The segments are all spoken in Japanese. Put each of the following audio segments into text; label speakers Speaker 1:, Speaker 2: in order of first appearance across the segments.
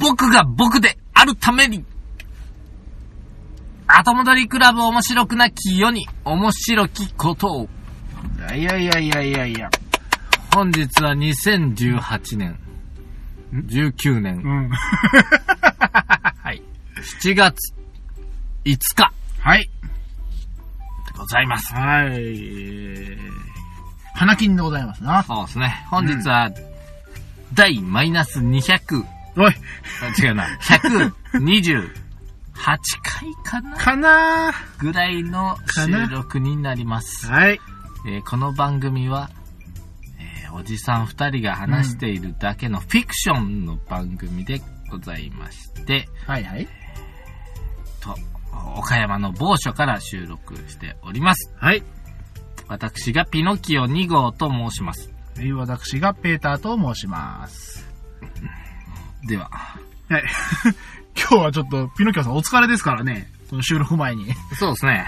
Speaker 1: 僕が僕であるために、後戻りクラブ面白くなき世に面白きことを。
Speaker 2: いやいやいやいやいや。
Speaker 1: 本日は2018年、19
Speaker 2: う
Speaker 1: 年、
Speaker 2: ん。
Speaker 1: はい、7月5日
Speaker 2: はい。
Speaker 1: でございます。
Speaker 2: はい。花金でございますな。
Speaker 1: そうですね。本日は、第マイナス200、
Speaker 2: おい。
Speaker 1: あ違うな、128回かな
Speaker 2: かな
Speaker 1: ぐらいの
Speaker 2: かな
Speaker 1: 収録になります。
Speaker 2: はい。
Speaker 1: えーこの番組は、えーおじさん二人が話しているだけのフィクションの番組でございまして、
Speaker 2: はいはい。
Speaker 1: と、岡山の某所から収録しております。
Speaker 2: はい。
Speaker 1: 私がピノキオ2号と申します。
Speaker 2: えー私がペーターと申します。
Speaker 1: では、
Speaker 2: はい。 今日はちょっと、ピノキオさんお疲れですからね。この収録前に。
Speaker 1: そうですね。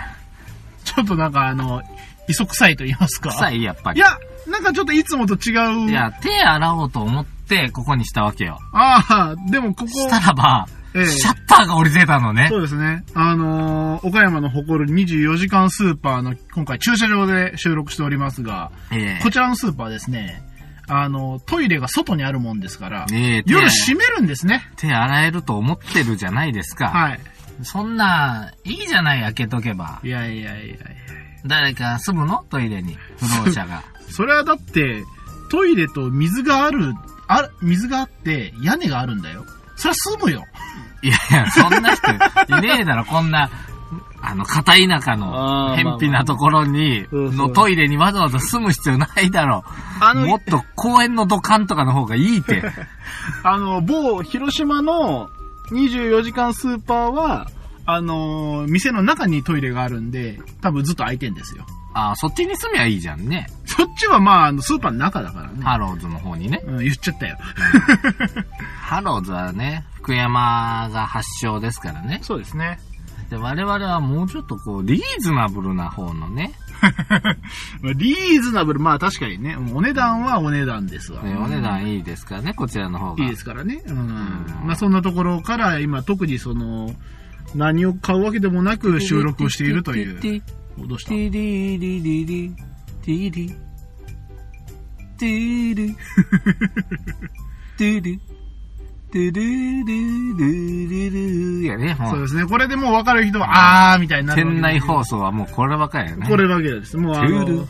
Speaker 2: ちょっとなんかあの、磯臭いと言いますか。
Speaker 1: 臭い、やっぱ
Speaker 2: い
Speaker 1: り。
Speaker 2: や、なんかちょっといつもと違う。
Speaker 1: いや、手洗おうと思って、ここにしたわけよ。
Speaker 2: ああ、でもここ、
Speaker 1: したらば、
Speaker 2: ええ
Speaker 1: シャッターが降りてたのね
Speaker 2: そ。うですね。あのー岡山の誇る24時間スーパーの今回駐車場で収録しておりますが、
Speaker 1: ええ
Speaker 2: こちらのスーパーですね、あの、トイレが外にあるもんですから、
Speaker 1: ええ手
Speaker 2: 夜閉めるんですね。
Speaker 1: 手洗えると思ってるじゃないですか。
Speaker 2: はい。
Speaker 1: そんな、いいじゃない、開けとけば。
Speaker 2: いやいやいやいや
Speaker 1: 誰か住むのトイレに。不動者が。
Speaker 2: それはだって、トイレと水がある、ある、水があって屋根があるんだよ。それは住むよ。
Speaker 1: いやいや、そんな人いねえだろ、こんな、あの、片田舎
Speaker 2: あ
Speaker 1: の、
Speaker 2: ー
Speaker 1: 偏僻なところに、
Speaker 2: まあまあ
Speaker 1: のトイレにわざわざ住む必要ないだろ。
Speaker 2: あ
Speaker 1: もっと公園の土管とかの方がいいって。
Speaker 2: あの、某広島の24時間スーパーは、あのー店の中にトイレがあるんで、多分ずっと開いてんですよ。
Speaker 1: あーそっちに住みゃいいじゃんね。
Speaker 2: そっちはまあ、あのスーパーの中だからね。
Speaker 1: ハローズの方にね。
Speaker 2: うん、言っちゃったよ。
Speaker 1: ハローズはね、福山が発祥ですからね。
Speaker 2: そうですね。
Speaker 1: で我々はもうちょっとこう、リーズナブルな方のね、
Speaker 2: リーズナブル、まあ確かにね、うんお値段はお値段ですわ。
Speaker 1: ねお値段いいですからね、こちらの方が。
Speaker 2: いいですからね。うん。まあそんなところから、今特にその、何を買うわけでもなく収録をしているという。
Speaker 1: う。
Speaker 2: おどうした
Speaker 1: ティリリリリ、ティリ、ティリ、ティリ、ティリリリリリやね、も
Speaker 2: そう
Speaker 1: う。
Speaker 2: ですね。これでもう分かる人は、あーみたいになるわけ
Speaker 1: 店
Speaker 2: です。
Speaker 1: 内放送はもうこればかりやね。
Speaker 2: これだけです。もうあ
Speaker 1: トゥー
Speaker 2: の
Speaker 1: ル、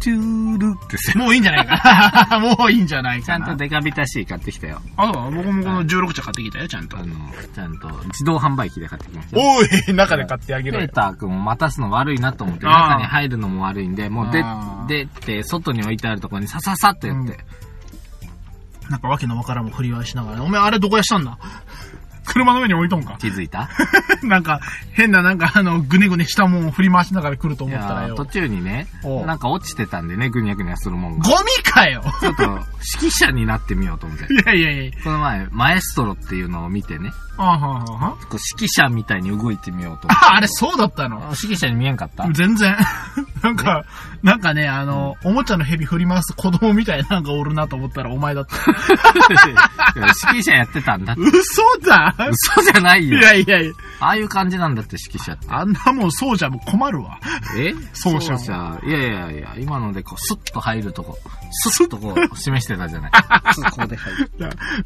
Speaker 1: チュールってさ
Speaker 2: もういいんじゃないかな。 もういいんじゃない
Speaker 1: ちゃ
Speaker 2: か
Speaker 1: ん
Speaker 2: な。
Speaker 1: とデカビタシー買ってきたよ。
Speaker 2: あ、そう僕もこの16茶買ってきたよ、ちゃんと
Speaker 1: あ。の、ちゃんと自動販売機で買ってきました。
Speaker 2: おい、中で買ってあげ
Speaker 1: ペ
Speaker 2: ろよ
Speaker 1: ー。ター君を待たすの悪いなと思って、
Speaker 2: あー
Speaker 1: 中に入るのも悪いんで、もう出
Speaker 2: あー、
Speaker 1: 出て、外に置いてあるところにさささっとやって、
Speaker 2: なんかわけのわからんも振り回しながら、お前あれどこやしたんだ 車の上に置いとんか
Speaker 1: 気づいた
Speaker 2: なんか、変ななんかあの、ぐねぐねしたもんを振り回しながら来ると
Speaker 1: い
Speaker 2: 思ったら
Speaker 1: や
Speaker 2: よ。
Speaker 1: 途
Speaker 2: ゴ
Speaker 1: 中にね
Speaker 2: おう、
Speaker 1: なんか落ちてたんでね、ぐにゃぐにゃするもんが。
Speaker 2: ミかよ
Speaker 1: ちょっと、指揮者になってみようと 思って。
Speaker 2: いやいやいや。
Speaker 1: この前、マエストロっていうのを見てね、
Speaker 2: あははは
Speaker 1: こう指揮者みたいに動いてみようと思って。
Speaker 2: あ、あれそうだったの
Speaker 1: 指揮者に見えんか った
Speaker 2: 全然。 なんか、なんかね、あの、おもちゃの蛇振り回す子供みたいななんかおるなと思ったらお前 だった。
Speaker 1: いや指揮者やってたんだって。
Speaker 2: 嘘だ
Speaker 1: 嘘じゃない
Speaker 2: い
Speaker 1: よ。
Speaker 2: やいやいや。
Speaker 1: ああいう感じなんだって、指揮者って。
Speaker 2: あんなもんそうじゃもう困るわ。
Speaker 1: え
Speaker 2: 奏者も
Speaker 1: いやいやいや、今のでこう、スッと入るとこ、スッとこう、示してたじゃない。 そうここで入る。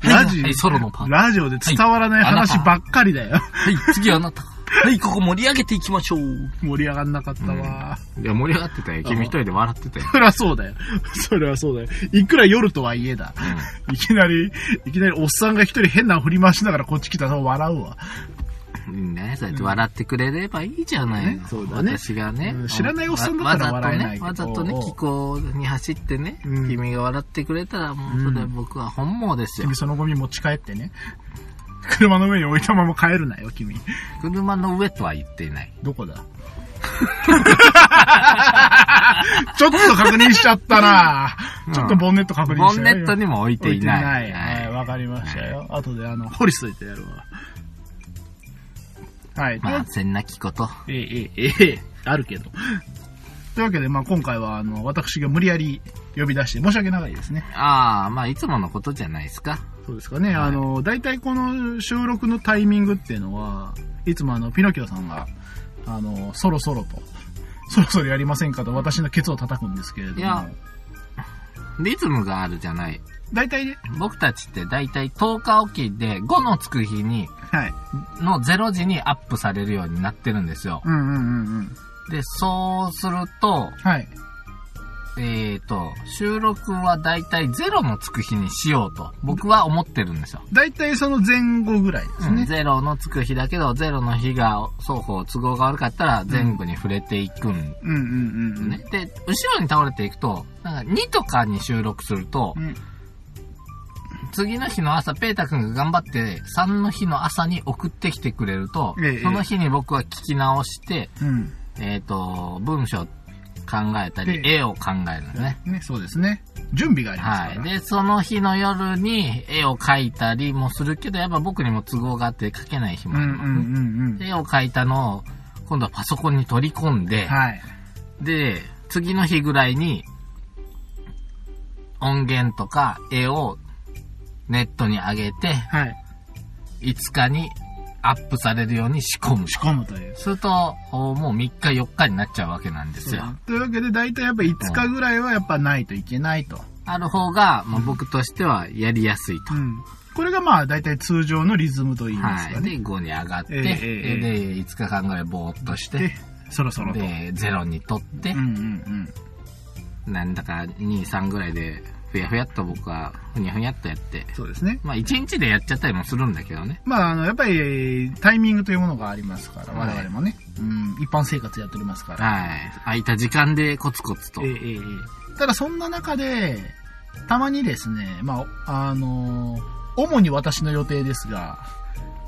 Speaker 2: ラジ
Speaker 1: はいソロのパー
Speaker 2: オ、
Speaker 1: ト
Speaker 2: ラジオで伝わらない話ばっかりだよ。
Speaker 1: はい、次あなた。はい、ここ盛り上げていきましょう。
Speaker 2: 盛り上がんなかったわ。
Speaker 1: いや、盛り上がってたよ。君一人で笑ってたよ。
Speaker 2: そりゃそうだよ。 それはそうだよ。いくら夜とはいえだ。いきなり、いきなりおっさんが一人変なの振り回しながらこっち来たら笑うわ。
Speaker 1: いいね、そうやって笑ってくれればいいじゃないの。
Speaker 2: ねそうだね
Speaker 1: 私がね
Speaker 2: う。ん知らないおっさんだったら
Speaker 1: わざと
Speaker 2: 笑えないけ
Speaker 1: ね、
Speaker 2: ど
Speaker 1: わざとね、気候に走ってね、
Speaker 2: うん
Speaker 1: 君が笑ってくれたら、もうそれは僕は本望ですよ
Speaker 2: 君。そのゴミ持ち帰ってね。車の上に置いたまま帰るなよ、君。
Speaker 1: 車の上とは言っていない。
Speaker 2: どこだ ちょっと確認しちゃったな、
Speaker 1: うん
Speaker 2: ちょっとボンネット確認
Speaker 1: ボ
Speaker 2: し
Speaker 1: ン
Speaker 2: ち
Speaker 1: ネ
Speaker 2: ゃ
Speaker 1: ットにも置いて
Speaker 2: 置い
Speaker 1: い
Speaker 2: て
Speaker 1: な。
Speaker 2: ないい。はい、わかりましたよ。後で、あの、掘りしといてやるわ。はい、
Speaker 1: まあ、
Speaker 2: と
Speaker 1: せんなきこと。
Speaker 2: ええ、ええ、ええ、あるけど。というわけで、まあ、今回は、あの、私が無理やり呼び出して、申し訳ないですね。
Speaker 1: ああ、まあ、いつものことじゃないですか。
Speaker 2: そうですかね。あの、大体この収録のタイミングっていうのは、いつもあの、ピノキオさんが、あの、そろそろと、そろそろやりませんかと私のケツを叩くんですけれど
Speaker 1: い
Speaker 2: も
Speaker 1: や、リズムがあるじゃない。
Speaker 2: 大体ね、
Speaker 1: 僕たちって大体10日おきで5のつく日に、
Speaker 2: はい。
Speaker 1: の0時にアップされるようになってるんですよ。
Speaker 2: うんうんうんうん。
Speaker 1: で、そうすると、
Speaker 2: はい。
Speaker 1: えっ、と、収録は大体0のつく日にしようと、僕は思ってるんですよ。
Speaker 2: 大体その前後ぐらいです
Speaker 1: うん
Speaker 2: ね。
Speaker 1: ゼロのつく日だけど、ゼロの日が双方都合が悪かったら全部に触れていくんね。
Speaker 2: うんうんうんうん。。
Speaker 1: で、後ろに倒れていくと、なんか2とかに収録すると、
Speaker 2: うん。
Speaker 1: 次の日の朝、ペータ君が頑張って3の日の朝に送ってきてくれると、
Speaker 2: ええ
Speaker 1: その日に僕は聞き直して、
Speaker 2: うん。
Speaker 1: えっ、と、文章考えたり、
Speaker 2: え
Speaker 1: 絵を考えるのね。
Speaker 2: ね、そうですね。準備があります
Speaker 1: は
Speaker 2: から。
Speaker 1: い。で、その日の夜に絵を描いたりもするけど、やっぱ僕にも都合があって描けない日
Speaker 2: う
Speaker 1: も
Speaker 2: んう
Speaker 1: あ
Speaker 2: ん
Speaker 1: ります、
Speaker 2: うん
Speaker 1: 絵を描いたのを、今度はパソコンに取り込ん
Speaker 2: う
Speaker 1: で
Speaker 2: ん。、はい。
Speaker 1: で、次の日ぐらいに、音源とか絵をネットに上げて、
Speaker 2: はい。
Speaker 1: 5日にアップされるように仕込む。
Speaker 2: 仕込むという。
Speaker 1: すると、おもう3日4日になっちゃうわけなんですよ。
Speaker 2: というわけで、大体やっぱ5日ぐらいはやっぱないといけないと。
Speaker 1: ある方が、まあ、僕としてはやりやすいと。
Speaker 2: うん。これがまあ大体通常のリズムと言います
Speaker 1: は
Speaker 2: か
Speaker 1: い。
Speaker 2: ね。
Speaker 1: で、5に上がって、
Speaker 2: ええええ
Speaker 1: で、5日間ぐらいぼーっとして
Speaker 2: で、、そろそろと。うん
Speaker 1: で、0にとって、
Speaker 2: うん
Speaker 1: なんだか2、3ぐらいで、ふやふやっと僕は、ふにゃふにゃっとやって
Speaker 2: うん。、そうですね。
Speaker 1: まあ1日でやっちゃったりもするんだけどね。
Speaker 2: まあ、あの、やっぱり、タイミングというものがありますから、
Speaker 1: はい
Speaker 2: 我々もね。うん、一般生活やっておりますから。
Speaker 1: はい。空いた時間でコツコツと。
Speaker 2: ええええええただ、そんな中で、たまにですね、まあ、あの、主に私の予定ですが、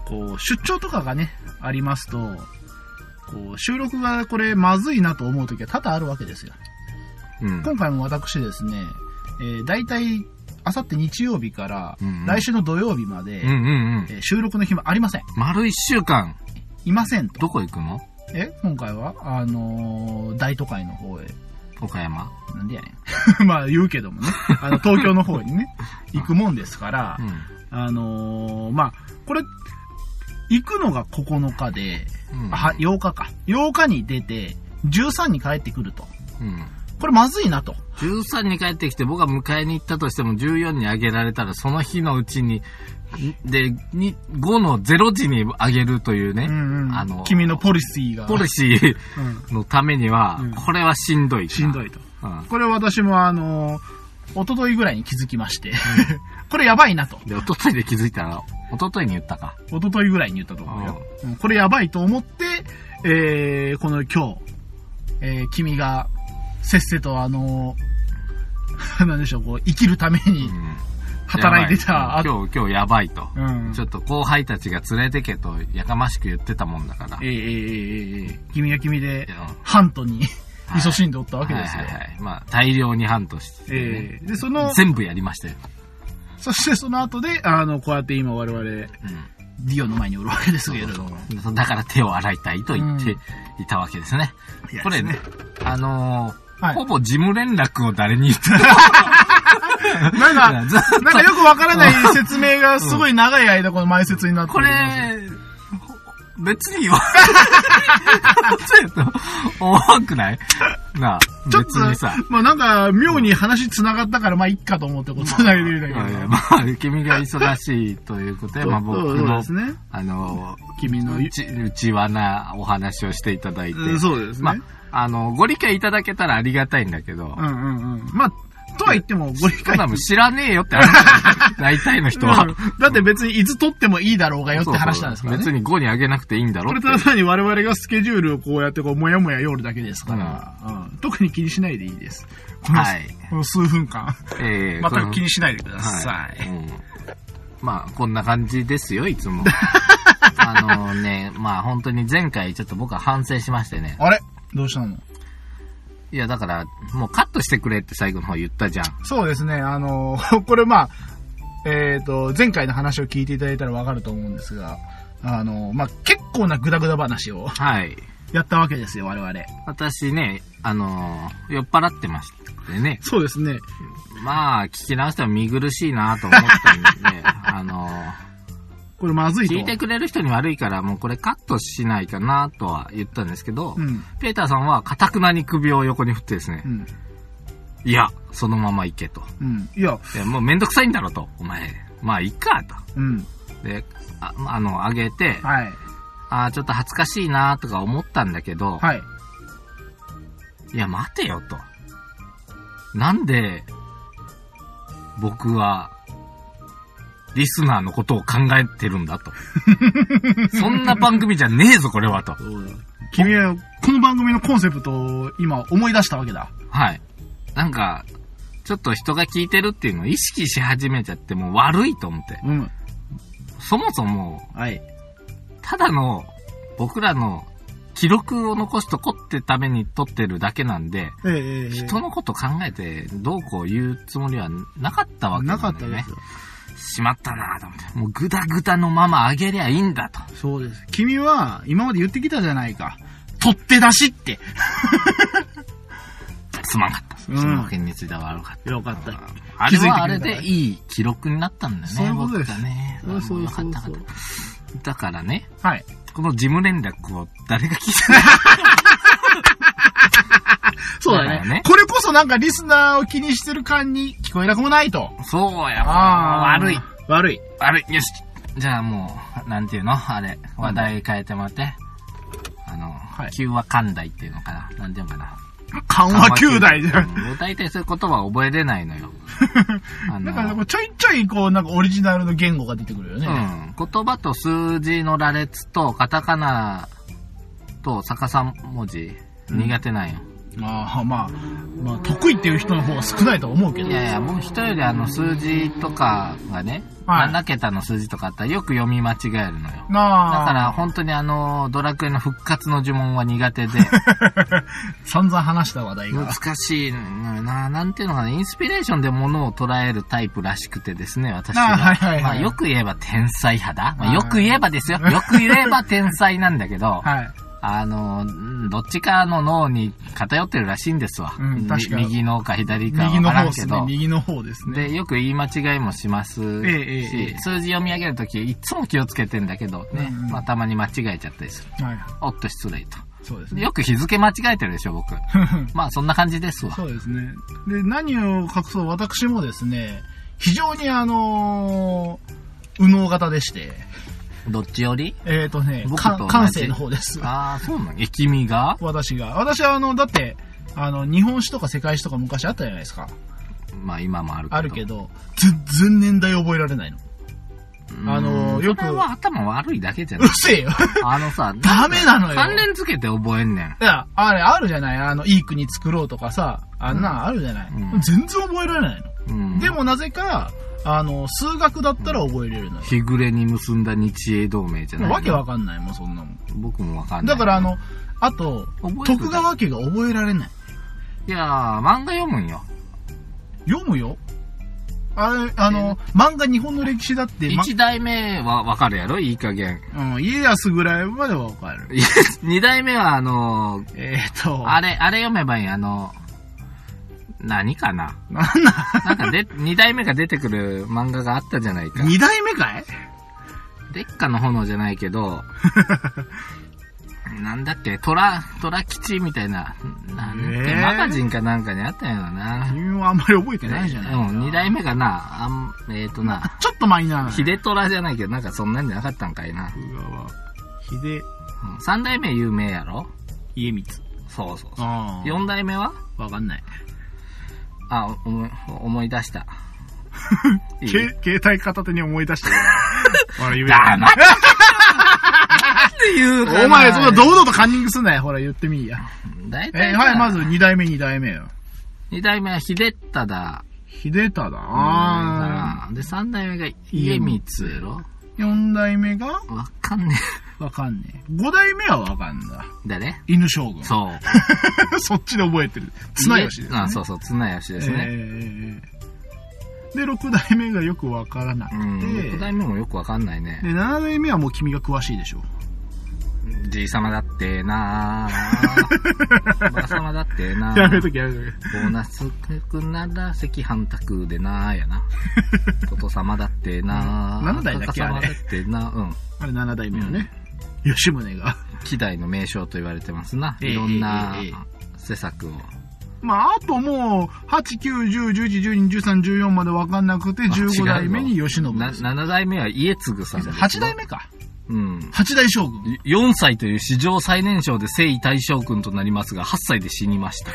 Speaker 2: こう、出張とかがね、ありますと、こう、収録がこれ、まずいなと思う時は多々あるわけですよ。
Speaker 1: うん。
Speaker 2: 今回も私ですね、えー、大体、あさって日曜日から
Speaker 1: うんうん、
Speaker 2: 来週の土曜日まで、
Speaker 1: うんうんうん。
Speaker 2: えー収録の暇ありません。
Speaker 1: 丸1週間、
Speaker 2: いませんと。
Speaker 1: どこ行くの
Speaker 2: え今回は、あのー大都会の方へ。
Speaker 1: 岡山。
Speaker 2: なんでやねん。 まあ言うけどもね。あの、東京の方にね、 行くもんですから
Speaker 1: う、ん。
Speaker 2: あのーまあ、これ、行くのが9日で、
Speaker 1: うん。
Speaker 2: あ、8日か。8日に出て、13に帰ってくると。
Speaker 1: うん。
Speaker 2: これまずいなと。
Speaker 1: 13に帰ってきて僕が迎えに行ったとしても14にあげられたらその日のうちに、で、に5の0時にあげるというね、あの、
Speaker 2: 君のポリシーが。
Speaker 1: ポリシー
Speaker 2: うん
Speaker 1: のためには、
Speaker 2: うん
Speaker 1: これはしんどい。
Speaker 2: しんど
Speaker 1: い。
Speaker 2: いと。
Speaker 1: うん。
Speaker 2: これ私もあのー、一昨日ぐらいに気づきまして、 これやばいなと。
Speaker 1: で、一昨日で気づいたら、一昨日に言ったか。
Speaker 2: 一昨日ぐらいに言ったと思うよ。うんこれやばいと思って、えー、この今日、えー、君がせっせとあのー、 なんでしょう、こう、生きるために
Speaker 1: うん
Speaker 2: 働いてた、
Speaker 1: やば
Speaker 2: あ
Speaker 1: い今 日、今日やばいと。
Speaker 2: うん
Speaker 1: ちょっと後輩たちが連れてけと、やかましく言ってたもんだから。
Speaker 2: えーえーえーえーえー君は君で
Speaker 1: うん、
Speaker 2: ハントに、
Speaker 1: はい
Speaker 2: 勤しんでおったわけですよ。
Speaker 1: はいはいはい。まあ、大量に半年して、ね
Speaker 2: えー、で、その、
Speaker 1: 全部やりましたよ。
Speaker 2: そしてその後で、あの、こうやって今我々、ディオの前におるわけですけれども。
Speaker 1: うん。だから手を洗いたいと言っていたわけですね。
Speaker 2: いや
Speaker 1: これね、あのー
Speaker 2: はい
Speaker 1: ほぼ事務連絡を誰に言って
Speaker 2: なんか、
Speaker 1: ない。ずっ
Speaker 2: なんかよくわからない説明がすごい長い間この前説になって
Speaker 1: と
Speaker 2: る
Speaker 1: これ、別に言わない。ちょっと、重くないなあ、
Speaker 2: ちょっ
Speaker 1: 別
Speaker 2: と
Speaker 1: にさ。、
Speaker 2: まあなんか妙に話繋がったからまあいっかと思ってこう繋いでるだ
Speaker 1: い
Speaker 2: け
Speaker 1: やいや
Speaker 2: ど。
Speaker 1: まあ、君が忙しいということで、まあ僕
Speaker 2: そうそう
Speaker 1: の
Speaker 2: です、ね。
Speaker 1: あの、
Speaker 2: 君の
Speaker 1: うち、うちわなお話をしていただいて、
Speaker 2: うんそうですね。
Speaker 1: まあ、あの、ご理解いただけたらありがたいんだけど、
Speaker 2: うんうんうん。まあ、とは言ってもご理
Speaker 1: そん
Speaker 2: 解
Speaker 1: なもん知らねえよって 話大体の人は。
Speaker 2: うんだって別にいつ撮ってもいいだろうがよって話なんですから
Speaker 1: 別
Speaker 2: ね。
Speaker 1: に5にあげなくていいんだろ
Speaker 2: こ
Speaker 1: っ
Speaker 2: れ
Speaker 1: て
Speaker 2: ただ単に我々がスケジュールをこうやってこうもやもや夜だけですから、うん特に気にしないでいいです。この,、
Speaker 1: はい
Speaker 2: この数分間、
Speaker 1: ええ
Speaker 2: 全く気
Speaker 1: に
Speaker 2: にしないでください。
Speaker 1: うんまあ、こんな感じですよ、いつ も。あのね、まあ本当に前回ちょっと僕は反省しましてね。
Speaker 2: あれどうしたの
Speaker 1: いや、だから、もうカットしてくれって最後の方言ったじゃん。
Speaker 2: そうですね、あの、 これまあ、えっ、と、前回の話を聞いていただいたらわかると思うんですが、あの、まあ、結構なグダグダ話を
Speaker 1: はい。
Speaker 2: やったわけですよ、我々。
Speaker 1: 私ね、あのー酔っ払ってましてね。
Speaker 2: そうですね。
Speaker 1: まあ、聞き直しても見苦しいなと思ったん で、あのー
Speaker 2: これまずいと。
Speaker 1: 聞いてくれる人に悪いから、もうこれカットしないかなとは言ったんですけど、
Speaker 2: うん。
Speaker 1: ペーターさんは、かたくなに首を横に振ってですね
Speaker 2: う、ん。
Speaker 1: いや、そのまま行けと。
Speaker 2: うん。いや、
Speaker 1: でもうめんどくさいんだろと、お前。まあ、いっか、と。
Speaker 2: うん。
Speaker 1: で、ああの、あげて、
Speaker 2: はい。
Speaker 1: あーちょっと恥ずかしいなとか思ったんだけど、
Speaker 2: はい。
Speaker 1: いや、待てよ、と。なんで、僕は、リスナーのことを考えてるんだと。そんな番組じゃねえぞ、これは、と。
Speaker 2: 君は、この番組のコンセプトを今思い出したわけだ。
Speaker 1: はい。なんか、ちょっと人が聞いてるっていうのを意識し始めちゃってもう悪いと思って。
Speaker 2: うん。
Speaker 1: そもそも、
Speaker 2: はい。
Speaker 1: ただの僕らの記録を残しとこってために撮ってるだけなんで、
Speaker 2: ええええ
Speaker 1: 人のこと考えてどうこう言うつもりはなかったわけな
Speaker 2: なんか
Speaker 1: で、ね、
Speaker 2: ったですよ。
Speaker 1: しまったなぁと思って。もうグダグダのままあげりゃいいんだと。
Speaker 2: そうです。君は、今まで言ってきたじゃないか。取って出しって。
Speaker 1: すまんかった。
Speaker 2: うん
Speaker 1: その件については悪かった。
Speaker 2: よかった
Speaker 1: あれはあれ
Speaker 2: 気づいてくれた
Speaker 1: で
Speaker 2: から
Speaker 1: いい記録になったんだよね。
Speaker 2: そういうことです
Speaker 1: 僕がね。
Speaker 2: そうそう
Speaker 1: よかっ
Speaker 2: そう
Speaker 1: たよか
Speaker 2: そ
Speaker 1: っ
Speaker 2: う。
Speaker 1: ただからね、
Speaker 2: はい。
Speaker 1: この事務連絡を誰が聞いてない
Speaker 2: そうだ
Speaker 1: だからね
Speaker 2: ね。これこそなんかリスナーを気にしてる感に聞こえなくもないと。
Speaker 1: そうや、
Speaker 2: ー
Speaker 1: 悪い。。
Speaker 2: 悪い。
Speaker 1: 悪い。よし。じゃあもう、なんていうのあれ、話題変えてもらって。あの、
Speaker 2: い
Speaker 1: 急は寛大っていうのかななんていうのかな
Speaker 2: 緩和9代じゃん。
Speaker 1: うんもう大体そういう言葉覚えれないの よ。あ
Speaker 2: だ
Speaker 1: の
Speaker 2: からこうちょいちょいこうなんかオリジナルの言語が出てくるよね。
Speaker 1: うん。言葉と数字の羅列と、カタカナと逆さ文字、苦手なんよ。
Speaker 2: まあまあ、まあ得意っていう人の方が少ないとは思うけど。
Speaker 1: いやいや、僕人よりあの数字とかがね、
Speaker 2: はい
Speaker 1: 7桁の数字とかあったらよく読み間違えるのよ。だ
Speaker 2: なあ。
Speaker 1: から本当にあの、ドラクエの復活の呪文は苦手で、
Speaker 2: 散々話した話題が。
Speaker 1: 難しいのよな、なんていうのかな、インスピレーションで物を捉えるタイプらしくてですね、私は。
Speaker 2: あはいはいはい
Speaker 1: まあよく言えば天才派だ。まあ
Speaker 2: はい
Speaker 1: よく言えばです よ。よく言えば天才なんだけど、
Speaker 2: はい。
Speaker 1: あの、うんどっちかの脳に偏ってるらしいんですわ。
Speaker 2: うん確かに
Speaker 1: み右脳か左か
Speaker 2: 右
Speaker 1: 分
Speaker 2: の
Speaker 1: から
Speaker 2: 方
Speaker 1: ん
Speaker 2: で
Speaker 1: け
Speaker 2: すね
Speaker 1: ど。。
Speaker 2: 右の方ですね。
Speaker 1: で、よく言い間違いもしますし、
Speaker 2: ええええ
Speaker 1: 数字読み上げるとき、いつも気をつけてんだけど、ね、
Speaker 2: うんうん
Speaker 1: まあ、たまに間違えちゃったりする。
Speaker 2: はい。
Speaker 1: おっと、失礼と。
Speaker 2: そうです
Speaker 1: で
Speaker 2: ね。
Speaker 1: よく日付間違えてるでしょ、僕。まあ、そんな感じですわ。
Speaker 2: そうですね。で、何を隠そう、私もですね、非常にあのー、右脳型でして、
Speaker 1: どっちより
Speaker 2: えっ、ー、とね、
Speaker 1: 僕と
Speaker 2: か
Speaker 1: 同じ
Speaker 2: 感性の方です。
Speaker 1: ああ、そうなのえ、君が
Speaker 2: 私が。私はあの、だって、あの、日本史とか世界史とか昔あったじゃないですか。
Speaker 1: まあ、今もあるけど。
Speaker 2: あるけど、全然年代覚えら れないの。
Speaker 1: うん。
Speaker 2: あのよ
Speaker 1: そ
Speaker 2: く
Speaker 1: れは頭悪いだけじゃ
Speaker 2: う
Speaker 1: な
Speaker 2: る
Speaker 1: い。
Speaker 2: せえよ。
Speaker 1: あのさ、
Speaker 2: ダメなのよ。
Speaker 1: 関連付けて覚えんねん。
Speaker 2: いや、あれ、あるじゃないあの、いい国作ろうとかさ、あんな、あるじゃない、
Speaker 1: うん
Speaker 2: 全然覚えられないの。
Speaker 1: うん、
Speaker 2: でもなぜか、あの、数学だったら覚えれるのよ。
Speaker 1: 日暮れに結んだ日英同盟じゃない
Speaker 2: わけわかんないもん、そんなもん。
Speaker 1: 僕もわかんない
Speaker 2: だからあの、あと
Speaker 1: 覚え、てた
Speaker 2: 徳川家が覚えられない。
Speaker 1: いやー漫画読むんよ
Speaker 2: 読むよあれ、あの、漫画日本の歴史だって、ま、
Speaker 1: 一代目はわかるやろいい加減
Speaker 2: うん、家康ぐらいまではわかる。
Speaker 1: いや二代目はあのー
Speaker 2: えっ、ー、と、
Speaker 1: あれあれ読めばいいあの何かな
Speaker 2: なんだ、
Speaker 1: なんかで 二代目が出てくる漫画があったじゃないか
Speaker 2: 二代目かい
Speaker 1: でっかの炎じゃないけ どなんだっけ虎虎吉みたいななんだっけ
Speaker 2: えー
Speaker 1: マガジンかなんかにあったよな
Speaker 2: 君はあんまり覚えてないじゃないか、
Speaker 1: うん、二代目がな、あん、えっ、と な、
Speaker 2: ちょっとマイナーな。
Speaker 1: 秀虎じゃないけど、なんかそんなんじゃなかったんかいな。
Speaker 2: 徳川、
Speaker 1: う
Speaker 2: 秀
Speaker 1: ん三代目有名やろ
Speaker 2: 家光。
Speaker 1: そうそうそう。
Speaker 2: ああ。
Speaker 1: 四代目は
Speaker 2: わかんない。
Speaker 1: あ、おも思い出 した。いい
Speaker 2: け携帯片手に思い 出したから。ほら、言う
Speaker 1: 黙って言うかな
Speaker 2: お前、そんな堂々とカンニングすんなよ。ほら、言ってみいや。
Speaker 1: 大
Speaker 2: え
Speaker 1: 体さ、
Speaker 2: はい、まず二代目、二代目よ。
Speaker 1: 二代目は秀忠だ。
Speaker 2: 秀忠。ああ。
Speaker 1: うんで、三代目が家光やろ
Speaker 2: 四代目が
Speaker 1: わかんね
Speaker 2: わかんねえ。五代目はわかんだ。
Speaker 1: え。 誰
Speaker 2: 犬将軍。
Speaker 1: そう。
Speaker 2: そっちで覚えてる。綱吉です、ね。
Speaker 1: あ、そうそう、綱吉です
Speaker 2: え
Speaker 1: ね。
Speaker 2: えで、六代目がよくわからなく
Speaker 1: うん、
Speaker 2: て、
Speaker 1: 六代目もよくわかんないね。
Speaker 2: で、七代目はもう君が詳しいでしょ。
Speaker 1: じいさまだってなぁ。 ばあさまだってな
Speaker 2: やめ
Speaker 1: ぁ。
Speaker 2: ときやめとき。
Speaker 1: ボーナスくなら赤飯卓でなぁや な。ト様だってなぁ。
Speaker 2: うん七代だっけ
Speaker 1: カカ様
Speaker 2: あれ
Speaker 1: だってなぁ。うん。
Speaker 2: あれ7代目のね、吉宗が。
Speaker 1: 希代の名将と言われてますな。
Speaker 2: ええ
Speaker 1: いろんな
Speaker 2: ええええ
Speaker 1: 施策を。
Speaker 2: まあ、あともう、8、9、10、11、12、13、14まで分かんなくて、15代目に吉信
Speaker 1: な
Speaker 2: です。
Speaker 1: 7代目は家継さんですよ。
Speaker 2: 8代目か。
Speaker 1: うん。
Speaker 2: 8代将軍。
Speaker 1: 4歳という史上最年少で征夷大将軍となりますが、8歳で死にま した。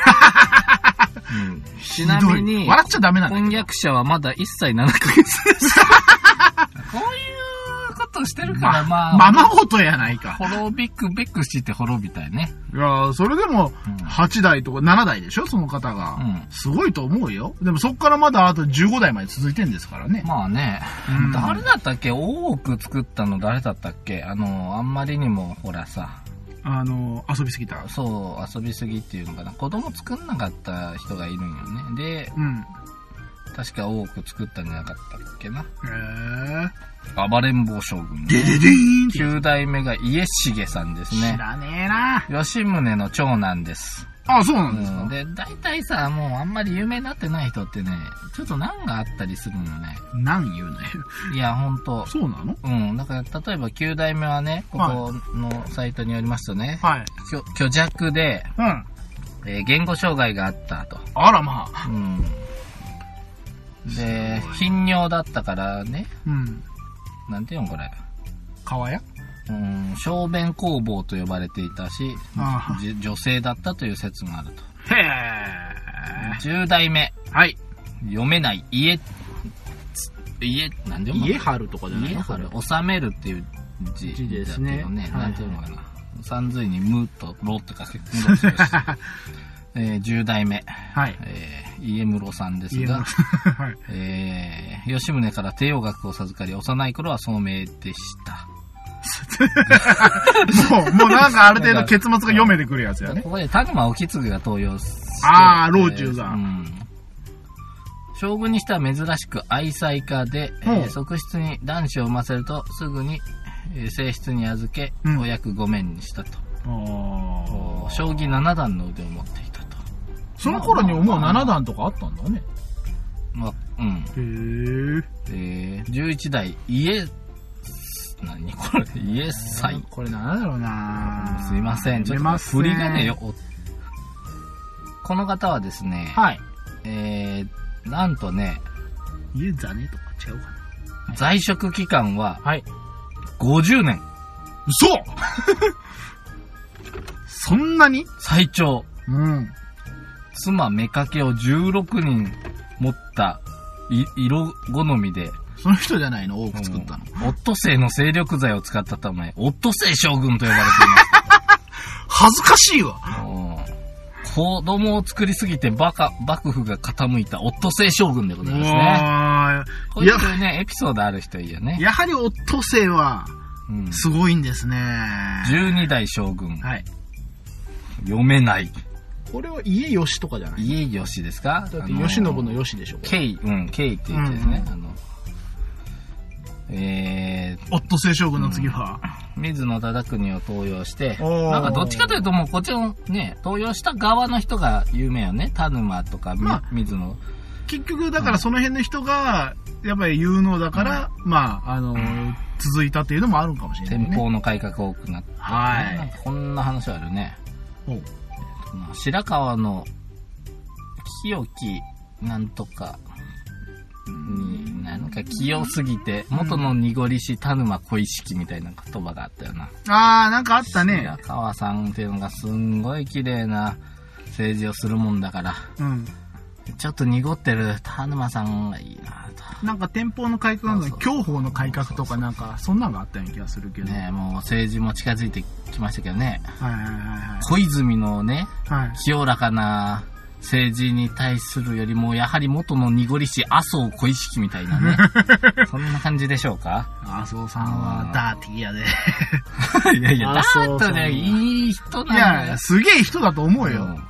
Speaker 1: うんちなみ
Speaker 2: ひどい
Speaker 1: に、
Speaker 2: 笑っちゃダメなんだけど
Speaker 1: 婚約者はまだ1歳7ヶ月で した。こういうことしてるから、まあ、
Speaker 2: ままごとやないか。
Speaker 1: 滅びくべくして滅びたよね。
Speaker 2: いやーそれでも、
Speaker 1: うん
Speaker 2: 8代とか7代でしょその方が。
Speaker 1: うん
Speaker 2: すごいと思うよ。でもそっからまだあと15代まで続いてんですからね。
Speaker 1: まあね、
Speaker 2: うん
Speaker 1: 誰だったっけ大奥作ったの誰だったっけあの、あんまりにも、ほらさ、
Speaker 2: あのー遊びすぎた。
Speaker 1: そう、遊びすぎっていうのかな。子供作んなかった人がいるんよね。で、
Speaker 2: うん。
Speaker 1: 確か大奥作ったんじゃなかったっけな。
Speaker 2: へー
Speaker 1: 暴れん坊将軍、
Speaker 2: で
Speaker 1: ね。
Speaker 2: ででーんって。
Speaker 1: 9代目が家重さんです
Speaker 2: 知
Speaker 1: ね。
Speaker 2: らねえな
Speaker 1: 吉宗の長男です。
Speaker 2: あ、そうな
Speaker 1: うん
Speaker 2: ですか。
Speaker 1: ん、で、大体さ、もうあんまり有名になってない人ってね、ちょっと難があったりするのね。
Speaker 2: 何言うのよ。
Speaker 1: いや、ほんと。
Speaker 2: そうなの
Speaker 1: うん、だから、例えば9代目はね、ここのサイトによりますとね、
Speaker 2: はい。
Speaker 1: 虚虚弱で、
Speaker 2: うん。
Speaker 1: えー言語障害があったと。
Speaker 2: あらまあ。
Speaker 1: うん。で、頻尿だったからね、
Speaker 2: うん。
Speaker 1: なんていうのこれ。
Speaker 2: 川や
Speaker 1: うん、小便工房と呼ばれていたし
Speaker 2: ああ、
Speaker 1: じ女性だったという説があると。
Speaker 2: へ
Speaker 1: 10代目、
Speaker 2: え。はい。
Speaker 1: 読めない、家、つ家、なんで読む
Speaker 2: 家張るとかじゃない
Speaker 1: 家
Speaker 2: の
Speaker 1: はる、収めるっていう字
Speaker 2: 字です
Speaker 1: だ
Speaker 2: ね
Speaker 1: けどね。
Speaker 2: はい
Speaker 1: なんていうのかな。三髄に無とろって書け、むとろ って書けえー、10代目、
Speaker 2: はい。
Speaker 1: えー、家室さんです
Speaker 2: 家
Speaker 1: が
Speaker 2: の、 はい。
Speaker 1: えー、吉宗から帝王学を授かり、幼い頃は聡明でした。
Speaker 2: もう、もうなんかある程度結末が読めてくるやつやね。
Speaker 1: ここで田沼意次が登用して
Speaker 2: あー老中が
Speaker 1: えーうん将軍にしては珍しく愛妻家で、えー
Speaker 2: うん
Speaker 1: 側室に男子を産ませるとすぐに、えー正室に預け、
Speaker 2: うん
Speaker 1: お役御免にしたと、
Speaker 2: あ
Speaker 1: 将棋七段の腕を持っていたと、
Speaker 2: その頃にもう7段とかあったんだね。
Speaker 1: まあうん
Speaker 2: へえ。
Speaker 1: えー、11代家何これ家妻
Speaker 2: これなんだろうな
Speaker 1: すいません。ちょっ
Speaker 2: 出
Speaker 1: と
Speaker 2: ます
Speaker 1: 振りがね、よ。おこの方はですね、
Speaker 2: はい。
Speaker 1: えー、なんとね、
Speaker 2: 家だねとか違うかな。
Speaker 1: 在職期間は
Speaker 2: はい。
Speaker 1: 50年、
Speaker 2: 嘘そんなに
Speaker 1: 最長。
Speaker 2: うん。
Speaker 1: 妻妾を16人持った、い色好みで、
Speaker 2: その人じゃないの多く作ったの。
Speaker 1: うんオットセイの勢力剤を使ったため、オットセイ将軍と呼ばれて
Speaker 2: 恥ずかしいわ。
Speaker 1: います。うん子供を作りすぎてバカ、幕府が傾いたオットセイ将軍でございますね。
Speaker 2: わ
Speaker 1: こういうね、エピソードある人いいよ
Speaker 2: ー
Speaker 1: ね。
Speaker 2: やはりオットセイは
Speaker 1: うん
Speaker 2: すごいんですね。
Speaker 1: 12代将軍、
Speaker 2: はい。
Speaker 1: 読めない。
Speaker 2: これは家吉とかじゃな
Speaker 1: 家吉ですか
Speaker 2: だって、
Speaker 1: あのー
Speaker 2: 吉信の吉でしょ、これ。
Speaker 1: 慶、うん、慶って言ってですね。
Speaker 2: う
Speaker 1: あの、え
Speaker 2: オットセイ将軍の次は。
Speaker 1: ー、水野忠国を登用して、
Speaker 2: おー
Speaker 1: なんかどっちかというともうこっちのね、登用した側の人が有名よね。田沼とか、み
Speaker 2: まあ
Speaker 1: 水野。
Speaker 2: 結局、だからその辺の人が、やっぱり有能だから、まあ、あのー、続いたっていうのもあるかもしれない
Speaker 1: 天
Speaker 2: ね。
Speaker 1: 保の改革多くなって、ね。
Speaker 2: はい
Speaker 1: なんかこんな話あるね。
Speaker 2: おう
Speaker 1: この白川の清きなんとかに、なんか清すぎて、元の濁りし田沼小石みたいな言葉があったよな。
Speaker 2: あー、なんかあったね
Speaker 1: 白。川さんっていうのがすんごい綺麗な政治をするもんだから、
Speaker 2: うん。
Speaker 1: ちょっと濁ってる田沼さんがいいなと。
Speaker 2: なんか天保の改革なのに、
Speaker 1: そうそ
Speaker 2: 享保の改革とかなんか、そんなのがあったような気がするけど。
Speaker 1: ねえもう政治も近づいてきましたけどね、
Speaker 2: はいはいは
Speaker 1: 小泉のね、
Speaker 2: いはい。はい。
Speaker 1: 清らかな政治に対するよりも、やはり元の濁りし麻生小石みたいな ね。そんな感じでしょうか
Speaker 2: 麻生さんはダーティーやで。
Speaker 1: いやいや、だ
Speaker 2: 麻生
Speaker 1: と
Speaker 2: さん
Speaker 1: ね、いい人
Speaker 2: い
Speaker 1: なんだよ
Speaker 2: や、。すげえ人だと思うよ。
Speaker 1: うん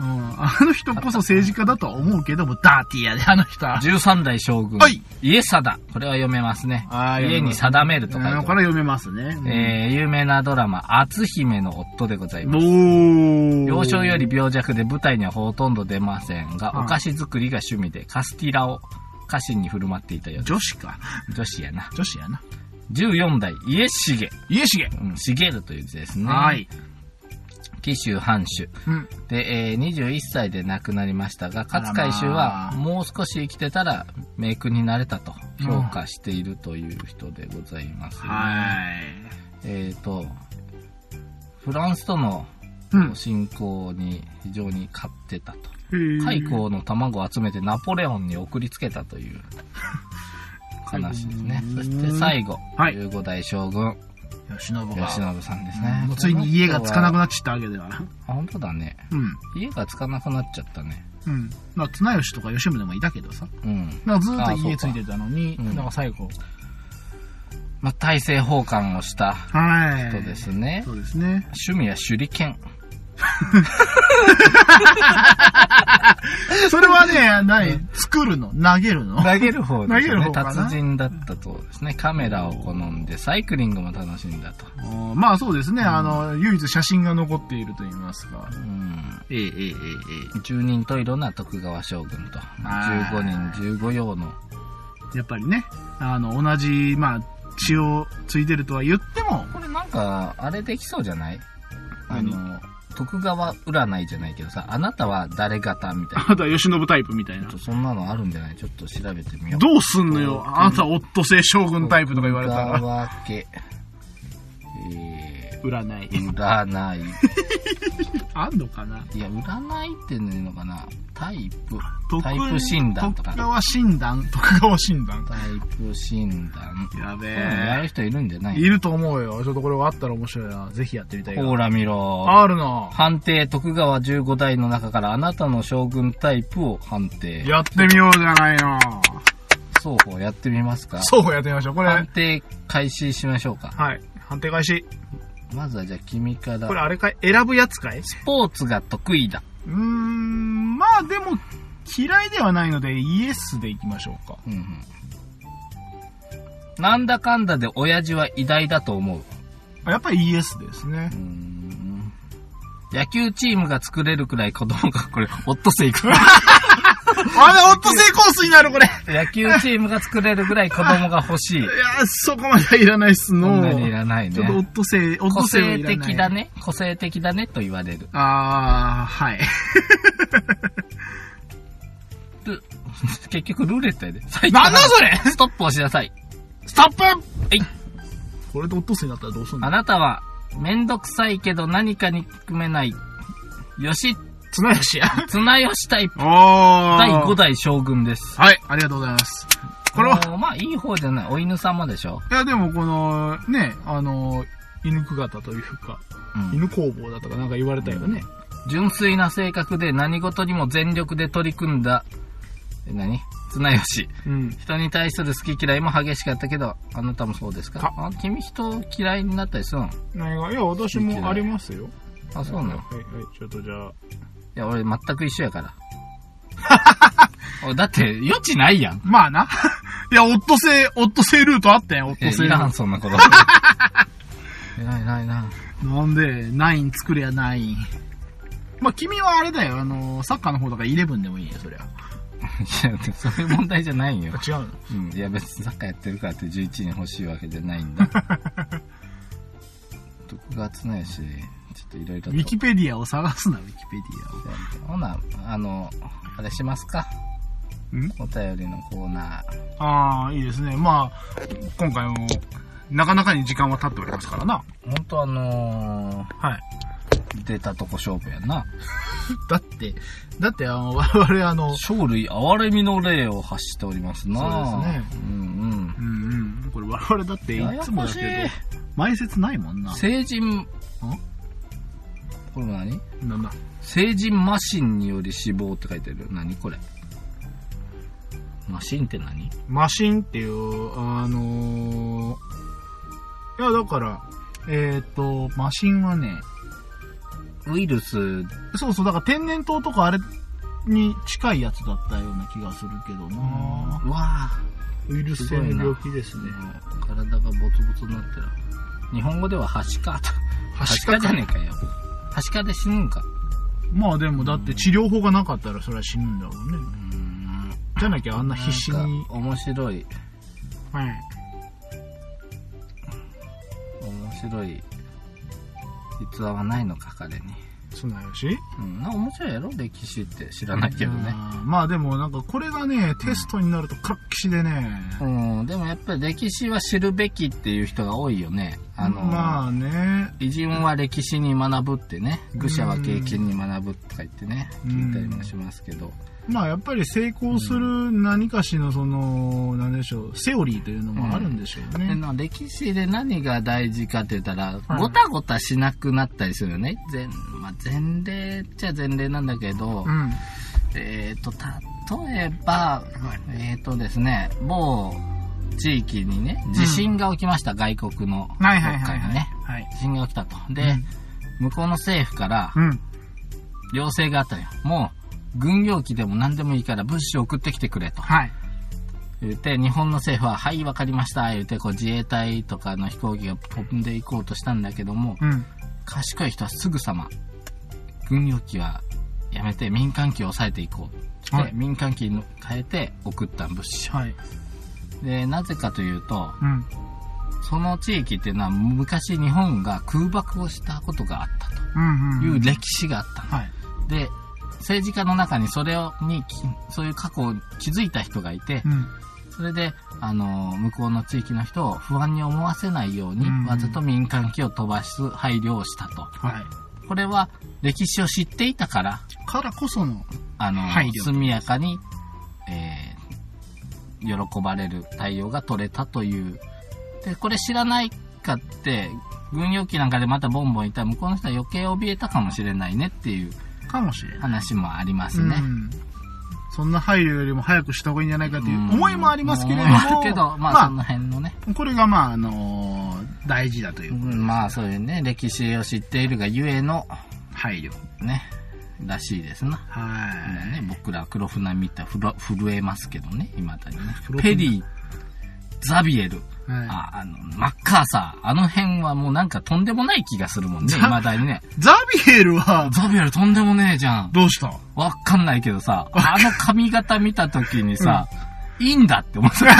Speaker 2: うん、あの人こそ政治家だとは思うけども、ダーティーやで、あの人は。
Speaker 1: 13代将軍。
Speaker 2: はい
Speaker 1: 家定。これは読めますね。
Speaker 2: あ
Speaker 1: 家に定めると
Speaker 2: と
Speaker 1: 書いてあ
Speaker 2: か。
Speaker 1: る
Speaker 2: これ読めますね。うん
Speaker 1: えー、有名なドラマ、篤姫の夫でございます。
Speaker 2: おー。
Speaker 1: 幼少より病弱で舞台にはほとんど出ませんが、
Speaker 2: はい
Speaker 1: お菓子作りが趣味でカスティラを家臣に振る舞っていたようで
Speaker 2: 女子か。
Speaker 1: す。女子やな。
Speaker 2: 女子やな。
Speaker 1: 14代、家重。
Speaker 2: 家重。
Speaker 1: うん、茂るという字ですね。
Speaker 2: はい。
Speaker 1: 紀州藩主。
Speaker 2: うん。
Speaker 1: で、えー21歳で亡くなりましたが、
Speaker 2: あらまあ
Speaker 1: 勝海舟はもう少し生きてたら名君になれたと評価しているという人でございます、
Speaker 2: はい。
Speaker 1: えっ、と、フランスとの
Speaker 2: うん。
Speaker 1: 信仰に非常に勝ってたと。
Speaker 2: 開
Speaker 1: 蚕、の卵を集めてナポレオンに送りつけたと いう話ですね
Speaker 2: う。ん
Speaker 1: そして最後、
Speaker 2: はい
Speaker 1: 15代将軍、
Speaker 2: 吉信が。
Speaker 1: 吉信さんですね。
Speaker 2: もうついに家がつかなく
Speaker 1: っ
Speaker 2: なっちゃったわけではな。
Speaker 1: た。本当だね。
Speaker 2: うん。
Speaker 1: 家がつかなくなっちゃったね。
Speaker 2: うん。まあ、綱吉とか吉宗もいたけどさ。
Speaker 1: うん。
Speaker 2: なんかず
Speaker 1: あ
Speaker 2: ー
Speaker 1: ー
Speaker 2: っ
Speaker 1: そう
Speaker 2: と
Speaker 1: か
Speaker 2: 家ついてたのに、
Speaker 1: うん
Speaker 2: なんか最後。
Speaker 1: まあ、大政奉還をした
Speaker 2: はい。
Speaker 1: 人です。ね。
Speaker 2: そうですね。
Speaker 1: 趣味は手裏剣。
Speaker 2: それは ね、ない、作るの、投げるの。
Speaker 1: 投げる方です
Speaker 2: 投げる
Speaker 1: ね。
Speaker 2: 方かな
Speaker 1: 達人だったそうですね。カメラを好んで、サイクリングも楽しんだと。
Speaker 2: おーま あそうですね、あの、唯一写真が残っていると言いますか。
Speaker 1: うん。
Speaker 2: えええええ
Speaker 1: 10人といろんな徳川将軍と。
Speaker 2: あー
Speaker 1: 15人15用の。
Speaker 2: やっぱりね、あの、同じ、まあ、血をついてるとは言っても、
Speaker 1: これなんか、あれできそうじゃないあ
Speaker 2: 何
Speaker 1: の、徳川占いじゃないけどさ、あなたは誰型みたいな。
Speaker 2: あなたは吉信タイプみたい
Speaker 1: ちょ
Speaker 2: な
Speaker 1: っと。そんなのあるんじゃないちょっと調べてみよう。
Speaker 2: どうすんのよ、あなたは夫性将軍タイプとか言われた
Speaker 1: 徳
Speaker 2: ら。
Speaker 1: 川家。え
Speaker 2: 占い。
Speaker 1: ー、占い。
Speaker 2: あんのかない
Speaker 1: や、占いっていうのかなタイプ。タイプ診断とか
Speaker 2: 徳。川診断徳川診断。
Speaker 1: タイプ診断。
Speaker 2: やべ
Speaker 1: こういうのや
Speaker 2: え。
Speaker 1: る人いるんじゃない
Speaker 2: いると思うよ。ちょっとこれはあったら面白いな。ぜひやってみたいな。
Speaker 1: ほら見ろ。
Speaker 2: あるな。
Speaker 1: 判定、徳川15代の中からあなたの将軍タイプを判定。
Speaker 2: やってみようじゃないの。
Speaker 1: 双方やってみますか
Speaker 2: そうやってみましょう。これ、
Speaker 1: 判定開始しましょうか。
Speaker 2: はい。判定開始。
Speaker 1: まずはじゃあ君から。
Speaker 2: これあれかい選ぶやつかい
Speaker 1: スポーツが得意だ。
Speaker 2: うーん、まあでも、嫌いではないので、イエスでいきましょうか。
Speaker 1: うんうん。なんだかんだで親父は偉大だと思う。
Speaker 2: あやっぱりイエスですね
Speaker 1: う。ん野球チームが作れるくらい子供が、これ、オットセイ くん。
Speaker 2: あれ、オットセイコースになる、これ。い
Speaker 1: 野球チームが作れるくらい子供が欲 しい。
Speaker 2: やー、そこまではいらないっす
Speaker 1: そん
Speaker 2: の
Speaker 1: な。にいらない
Speaker 2: ちょっとオ
Speaker 1: ね。
Speaker 2: ットセイ、オッ
Speaker 1: 個
Speaker 2: トセイはい
Speaker 1: 性
Speaker 2: らない
Speaker 1: 的だ。ね。個性的だねと言われる。
Speaker 2: あー、はい。
Speaker 1: ル結局ルーレットやで。最
Speaker 2: なんだそれ
Speaker 1: ストップ押しなさい。
Speaker 2: ストップ
Speaker 1: い
Speaker 2: これでオットセイになったらどうすん
Speaker 1: あ
Speaker 2: の
Speaker 1: なたは、めんどくさいけど何かに組めない。よし、
Speaker 2: 綱吉や。
Speaker 1: 綱吉タイプ。
Speaker 2: おー。
Speaker 1: 第5代将軍です。
Speaker 2: はい、ありがとうございます。これは、
Speaker 1: あのまあ、いい方じゃない。お犬様でしょ。
Speaker 2: いや、でもこの、ね、あの、犬久方というか、
Speaker 1: うん
Speaker 2: 犬工房だとかなんか言われたよね。
Speaker 1: 純粋な性格で何事にも全力で取り組んだ、え何綱吉。
Speaker 2: うん。
Speaker 1: 人に対する好き嫌いも激しかったけど、あなたもそうですか
Speaker 2: あ
Speaker 1: あ君人を嫌いになったりするの
Speaker 2: 何がいや、私もありますよ。
Speaker 1: あ、そうなのい
Speaker 2: はい、はい、ちょっとじゃあ。
Speaker 1: や、俺全く一緒や から。おだって、余地ないやん。
Speaker 2: まあな。 いや、オットセイ、オットセイルートあったやん、オッ
Speaker 1: え
Speaker 2: トセイ
Speaker 1: い
Speaker 2: ル
Speaker 1: ら
Speaker 2: ー
Speaker 1: ん、そんな こと。えないないな
Speaker 2: ト。なんで、ナイン作りゃナイン。まあ、君はあれだよ、あの、サッカーの方だからイレブンでもいいよ、そりゃ。
Speaker 1: い。いや、でもそういう問題じゃないんよ。
Speaker 2: 違うの
Speaker 1: うん、いや別にサッカーやってるからって11人欲しいわけじゃないん だ。徳川綱吉、ちょっといろいろ
Speaker 2: ウ
Speaker 1: と
Speaker 2: ィ。キペディアを探すな、ウィキペディアを。
Speaker 1: ほな、あの、あれしますか。
Speaker 2: ん
Speaker 1: お便りのコーナー。
Speaker 2: ああ、いいですね。まあ、今回も、なかなかに時間は経っておりますからな。
Speaker 1: ほんとあの
Speaker 2: はい。
Speaker 1: ー、出たとこ勝負やな。
Speaker 2: だって、だって、あの、 我々、あの、
Speaker 1: 勝類憐れみの霊を発しておりますな
Speaker 2: そうですね。
Speaker 1: うんうん。
Speaker 2: うんうん。これ我々だって、い
Speaker 1: やや
Speaker 2: つも
Speaker 1: こ
Speaker 2: だ
Speaker 1: し
Speaker 2: け
Speaker 1: い
Speaker 2: ど、前説ないもんな。
Speaker 1: 成人、これ何
Speaker 2: なんだ。
Speaker 1: 成人マシンにより死亡って書いてある。何これ。マシンって何
Speaker 2: マシンっていう、あのーいや、だから、えっ、と、マシンはね、
Speaker 1: ウイルス、
Speaker 2: そうそう、だから天然痘とかあれに近いやつだったような気がするけどな
Speaker 1: うわぁ、
Speaker 2: ウイルス性の病気ですね。
Speaker 1: 体がボツボツになってる。日本語でははしか。はしかじゃねえかよ。はしかで死ぬんか。
Speaker 2: まあでもだって治療法がなかったらそれは死ぬんだろうね。
Speaker 1: うーん。
Speaker 2: じゃなきゃあんな必死
Speaker 1: なん
Speaker 2: に
Speaker 1: か。面白い、
Speaker 2: はい。
Speaker 1: 面白い、逸話はないのか、彼に。
Speaker 2: そうなんやし。
Speaker 1: うん、なんか面白いやろ歴史って知らないけどね。
Speaker 2: うんまあでもなんかこれがね、テストになると活気でね。
Speaker 1: うん、でもやっぱり歴史は知るべきっていう人が多いよね。あの、
Speaker 2: まあね。
Speaker 1: 偉人は歴史に学ぶってね、愚者は経験に学ぶとか言ってね、
Speaker 2: うん
Speaker 1: 聞いたりもしますけど。
Speaker 2: まあやっぱり成功する何かしのその、なんでしょう、セオリーというのもあるんでしょう
Speaker 1: で
Speaker 2: ね。
Speaker 1: な歴史で何が大事かって言ったら、
Speaker 2: はい
Speaker 1: ごたごたしなくなったりするよね。前、まあ、前例っちゃ前例なんだけど、
Speaker 2: うん。
Speaker 1: えっ、と、例えば、えっ、とですね、某地域にね、地震が起きました、外国の国
Speaker 2: はいはいはい
Speaker 1: 会にね。
Speaker 2: はい。
Speaker 1: 地震が起きたと。で、
Speaker 2: うん
Speaker 1: 向こうの政府から
Speaker 2: うん。
Speaker 1: 要請があったのよ。もう、軍用機でも何でもいいから物資を送ってきてくれと。
Speaker 2: はい。
Speaker 1: 言って、日本の政府は、はい、わかりました。言って、こう自衛隊とかの飛行機が飛んでいこうとしたんだけども、
Speaker 2: うん。
Speaker 1: 賢い人はすぐさま、軍用機はやめて民間機を抑えていこうって、
Speaker 2: はい
Speaker 1: 民間機に変えて送った物資を。
Speaker 2: はい。
Speaker 1: で、なぜかというと、
Speaker 2: うん。
Speaker 1: その地域っていうのは昔日本が空爆をしたことがあった
Speaker 2: うん
Speaker 1: と
Speaker 2: うん。
Speaker 1: いう歴史があったの。
Speaker 2: はい。
Speaker 1: で、政治家の中にそれを、に、きそういう過去を気づいた人がいて
Speaker 2: う、ん。
Speaker 1: それで、あの、向こうの地域の人を不安に思わせないように
Speaker 2: うん、
Speaker 1: わざと民間機を飛ばす配慮をしたと。
Speaker 2: はい。
Speaker 1: これは歴史を知っていたから、
Speaker 2: からこその、
Speaker 1: あの
Speaker 2: 配、慮
Speaker 1: 速やかに、えー喜ばれる対応が取れたという。で、これ知らないかって、軍用機なんかでまたボンボンいたら向こうの人は余計怯えたかもしれないねっていう
Speaker 2: かもしれない。
Speaker 1: 話もありますね。
Speaker 2: うんそんな配慮よりも早くした方がいいんじゃないかという
Speaker 1: うん
Speaker 2: 思いもありますけれど
Speaker 1: 思
Speaker 2: も、
Speaker 1: いあるけど、まあ、そ
Speaker 2: ま
Speaker 1: の辺のね、
Speaker 2: あこれがまあ、あのー大事だといううん
Speaker 1: まあそういうね、歴史を知っているがゆえの、
Speaker 2: 配慮。
Speaker 1: ね、らしいですな。
Speaker 2: はい。
Speaker 1: ね、僕ら黒船見たらふら震えますけどね、未だにね
Speaker 2: 黒。船
Speaker 1: ペリー、ザビエル、
Speaker 2: はい
Speaker 1: ああの、マッカーサー、あの辺はもうなんかとんでもない気がするもんね、
Speaker 2: ザ
Speaker 1: 未だにね。
Speaker 2: ザビエルは、
Speaker 1: ザビエルとんでもねえじゃん。
Speaker 2: どうした
Speaker 1: わかんないけどさ、あの髪型見た時にさ、いいんだって思った。
Speaker 2: なん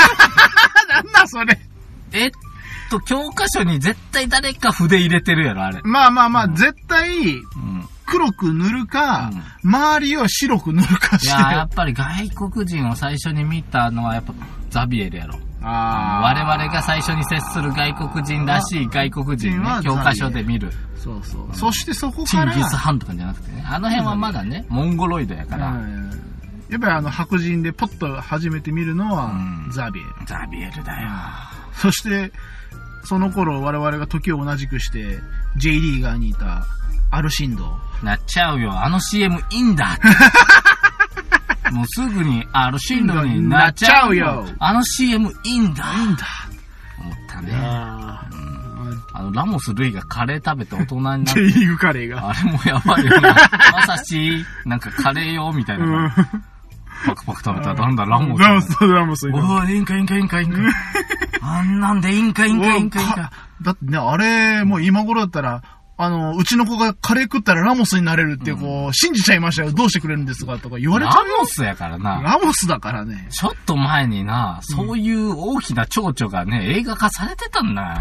Speaker 2: だそれ。
Speaker 1: えっと、教科書に絶対誰か筆入れてるやろ、あれ。
Speaker 2: まあまあまあ、絶対、
Speaker 1: うん。
Speaker 2: 黒く塗るか、周りを白く塗るか
Speaker 1: い
Speaker 2: して。
Speaker 1: やーやっぱり外国人を最初に見たのはやっぱザビエルやろ。我
Speaker 2: あー
Speaker 1: 々が最初に接する外国人らしい外国人ね
Speaker 2: は、
Speaker 1: 教科書で見る。
Speaker 2: そうそう。そしてそこ
Speaker 1: チ
Speaker 2: か
Speaker 1: ン
Speaker 2: ら、
Speaker 1: ギス・ハンとかじゃなくてね。あの辺はまだね、モンゴロイドやから。
Speaker 2: うんやっぱりあの白人でポッと初めて見るのは
Speaker 1: うん
Speaker 2: ザビエル。
Speaker 1: ザビエルだよ。
Speaker 2: そして、その頃我々が時を同じくして J リーガーにいたアルシンド。
Speaker 1: なっちゃうよ。あの CM いいんだ。 もうすぐに、あの進路になっちゃう
Speaker 2: なっ
Speaker 1: よ
Speaker 2: ちゃうよ。
Speaker 1: あの CM いいんだ。
Speaker 2: いいんだ。
Speaker 1: 思った
Speaker 2: い
Speaker 1: ね。
Speaker 2: や
Speaker 1: あの、ラモス・ルイがカレー食べて大人になっ
Speaker 2: J
Speaker 1: て。
Speaker 2: リーグカレーが。
Speaker 1: あれもやばいよな。まさし、なんかカレー用みたいな
Speaker 2: う
Speaker 1: の。
Speaker 2: ん
Speaker 1: パクパク食べたらだんだんラモス。
Speaker 2: ラモス、ラモス。
Speaker 1: おー、いいんかいいんかいいんかいいんか。あんなんでいいんかいいんかいいんかいいんか。
Speaker 2: だってね、あれ、もう今頃だったら、あの、うちの子がカレー食ったらラモスになれるって、こう、信じちゃいましたよ。どうしてくれるんですかとか言われち
Speaker 1: ラ
Speaker 2: ゃう
Speaker 1: モスやからな。
Speaker 2: ラモスだからね。
Speaker 1: ちょっと前にな、そういう大きな蝶々がね、映画化されてたんだよ。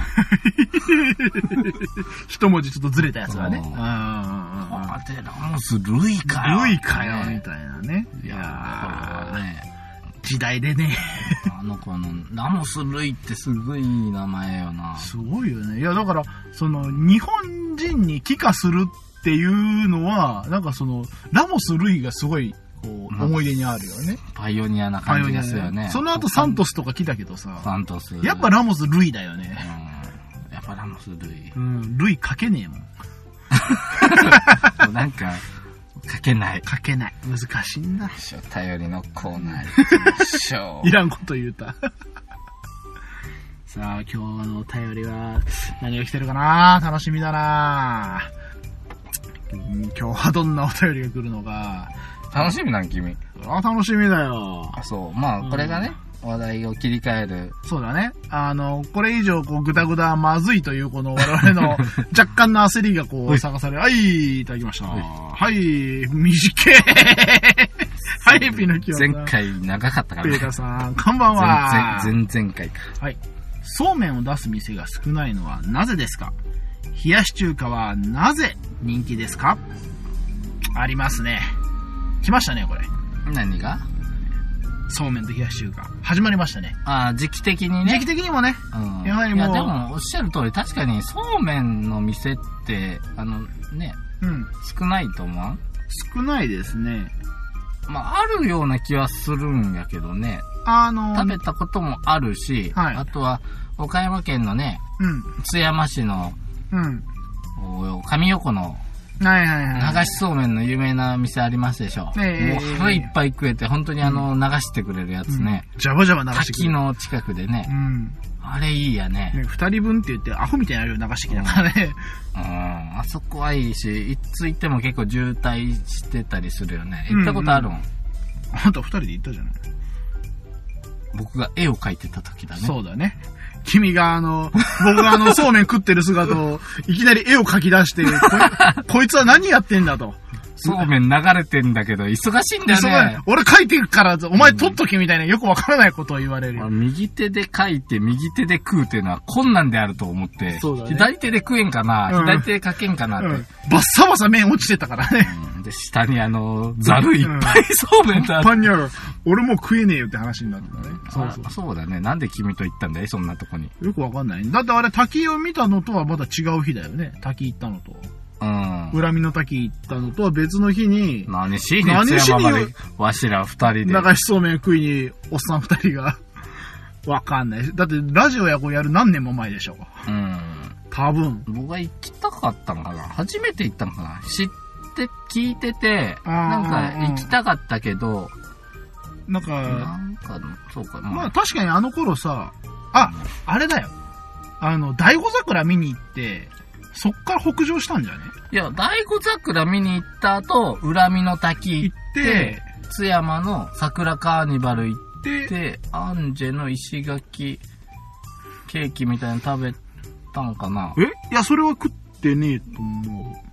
Speaker 2: 一文字ちょっとずれたやつがね。
Speaker 1: うん
Speaker 2: うんうんうん
Speaker 1: あで、ラモス、ルイかよ。
Speaker 2: ルイかよ、み
Speaker 1: ね
Speaker 2: たいなね。い
Speaker 1: いや、これ
Speaker 2: や
Speaker 1: はね、
Speaker 2: ー時代でね。
Speaker 1: あの子の、ラモス、ルイってすごいいい名前よな。
Speaker 2: すごいよね。いや、だから、その、日本人に帰化するっていうのは、なんかその、ラモス・ルイがすごい、こ
Speaker 1: うん
Speaker 2: う、思い出にあるよね。
Speaker 1: パイオニアな
Speaker 2: パ
Speaker 1: 感
Speaker 2: イオ
Speaker 1: じ
Speaker 2: ニ
Speaker 1: が
Speaker 2: ア
Speaker 1: するよね。
Speaker 2: その後サントスとか来たけどさ、
Speaker 1: サントス。
Speaker 2: やっぱ、ラモス・ルイだよ
Speaker 1: うん
Speaker 2: ね。。
Speaker 1: やっぱラモス、ルイ
Speaker 2: う。ん、ルイ書けねえもん。
Speaker 1: もうなんか、書け ない。
Speaker 2: 書けない。難しいんだ。
Speaker 1: しょ頼りのコーナー行きましょ
Speaker 2: いらんこと言うた。 さあ、今日のお便りは、何が来てるかな楽しみだなうん今日はどんなお便りが来るのか。
Speaker 1: 楽しみなん、君。
Speaker 2: それは楽しみだよ。
Speaker 1: あ、そう。ま
Speaker 2: う
Speaker 1: あ、
Speaker 2: ん
Speaker 1: これがね、話題を切り替える。
Speaker 2: そうだね。あの、これ以上、こう、ぐだぐだまずいという、この我々の 若干の焦りがこ
Speaker 3: は
Speaker 2: う、
Speaker 3: い
Speaker 2: 探され、はい、いただきました。
Speaker 3: はい
Speaker 2: はい、短い。はい、ピノキオさん。
Speaker 1: 前回長かったか
Speaker 2: ペー
Speaker 1: ら
Speaker 2: ターさん、こんばんは。
Speaker 1: 前前前々回か。
Speaker 2: そうめんを出す店が少ないのはなぜですか冷やし中華はなぜ人気ですかありますね。来ましたね、これ。
Speaker 1: 何が
Speaker 2: そうめんと冷やし中華。始まりましたね。
Speaker 1: あー時期的にね。
Speaker 2: 時期的にもね、
Speaker 1: うん、
Speaker 2: やはりもう
Speaker 1: いや、でも、おっしゃる通り、確かに、そうめんの店って、あの、ね、
Speaker 2: うん、
Speaker 1: 少ないと思わん
Speaker 2: 少ないですね。
Speaker 1: まあ、あるような気はするんやけどね。
Speaker 2: あの、
Speaker 1: 食べたこともあるし、
Speaker 2: はい
Speaker 1: あとは、岡山県のね、
Speaker 2: うん、
Speaker 1: 津山市の、
Speaker 2: うん。
Speaker 1: お上横の
Speaker 2: はいはいはい。
Speaker 1: 流しそうめんの有名な店ありますでしょ。
Speaker 2: ええ
Speaker 1: もう腹いっぱい食えて、本当にあの、流してくれるやつね。
Speaker 2: うん。ジャバジャバ流してく
Speaker 1: 滝
Speaker 2: る。
Speaker 1: の近くでね
Speaker 2: う。ん。
Speaker 1: あれいいやね。
Speaker 2: ね、二人分って言って、アホみたいな量流してきたからね。
Speaker 1: うん。あそこはいいし、いつ行っても結構渋滞してたりするよね。
Speaker 2: うん
Speaker 1: 行ったことあるもん。
Speaker 2: あんた二人で行ったじゃない。
Speaker 1: 僕が絵を描いてた時だね。
Speaker 2: そうだね。君があの、僕があの、そうめん食ってる 姿を、いきなり絵を描き出して、こい こいつは何やってんだと。
Speaker 1: そうめん流れてんだけど、忙しいんだ
Speaker 2: そこ
Speaker 1: よね
Speaker 2: で。俺描いてるから、お前取っとけみたいな、よくわからないことを言われる
Speaker 1: まあ。右手で書いて、右手で食うっていうのは困難であると思って、
Speaker 2: そうだね
Speaker 1: 左手で食えんかな、
Speaker 2: うん
Speaker 1: 左手で書けんかなって、
Speaker 2: うん。バッサバサ麺落ちてたからね。
Speaker 1: うんで、下にあの、ざるいっぱいそうめんだ、
Speaker 2: パンにある。俺もう食えねえよって話になってたね。そうそう
Speaker 1: あそうだね。なんで君と行ったんだいそんなとこに。
Speaker 2: よくわかんない。だってあれ、滝を見たのとはまた違う日だよね。滝行ったのと。
Speaker 1: うん。
Speaker 2: 恨みの滝行ったのとは別の日に、
Speaker 1: 何しに
Speaker 2: 何しに
Speaker 1: 津山まで、わしら二人で。
Speaker 2: 流しそうめん食いに、おっさん二人が。 わかんない。だって、ラジオやこうやる何年も前でしょ。
Speaker 1: うん。
Speaker 2: 多分。
Speaker 1: 僕は行きたかったのかな初めて行ったのかな知って、聞いてて、
Speaker 2: あー
Speaker 1: なんか行きたかったけど、
Speaker 2: なんか、
Speaker 1: なんか、そうか、ま
Speaker 2: まあ
Speaker 1: あ、
Speaker 2: 確かにあの頃さ、あ、あれだよ。あの、大五桜見に行って、そっから北上したんじゃね
Speaker 1: いや、大五桜見に行った後、恨みの滝
Speaker 2: 行
Speaker 1: 行
Speaker 2: っ
Speaker 1: って
Speaker 2: て、、
Speaker 1: 津山の桜カーニバル行っ
Speaker 2: で、
Speaker 1: て、アンジェの石垣ケーキみたいなの食べたんかな
Speaker 2: えいや、それは食ってねえと思う。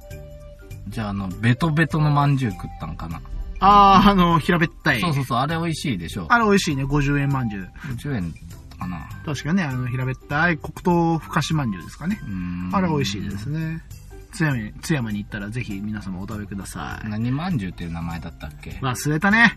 Speaker 1: じゃあ、あの、ベトベトのまんじゅう食ったんかな、
Speaker 2: あー、あの、平べったい。
Speaker 1: そうそうそう、あれ美味しいでしょ。
Speaker 2: あれ美味しいね、50円まんじゅう。
Speaker 1: 10円かな
Speaker 2: 確かね、あの、平べったい黒糖ふかしまんじゅうですかね。
Speaker 1: うーん
Speaker 2: あれ美味しいですね。津山に、津山に行ったらぜひ皆様お食べください。
Speaker 1: 何まんじゅうっていう名前だったっけ
Speaker 2: 忘れたね。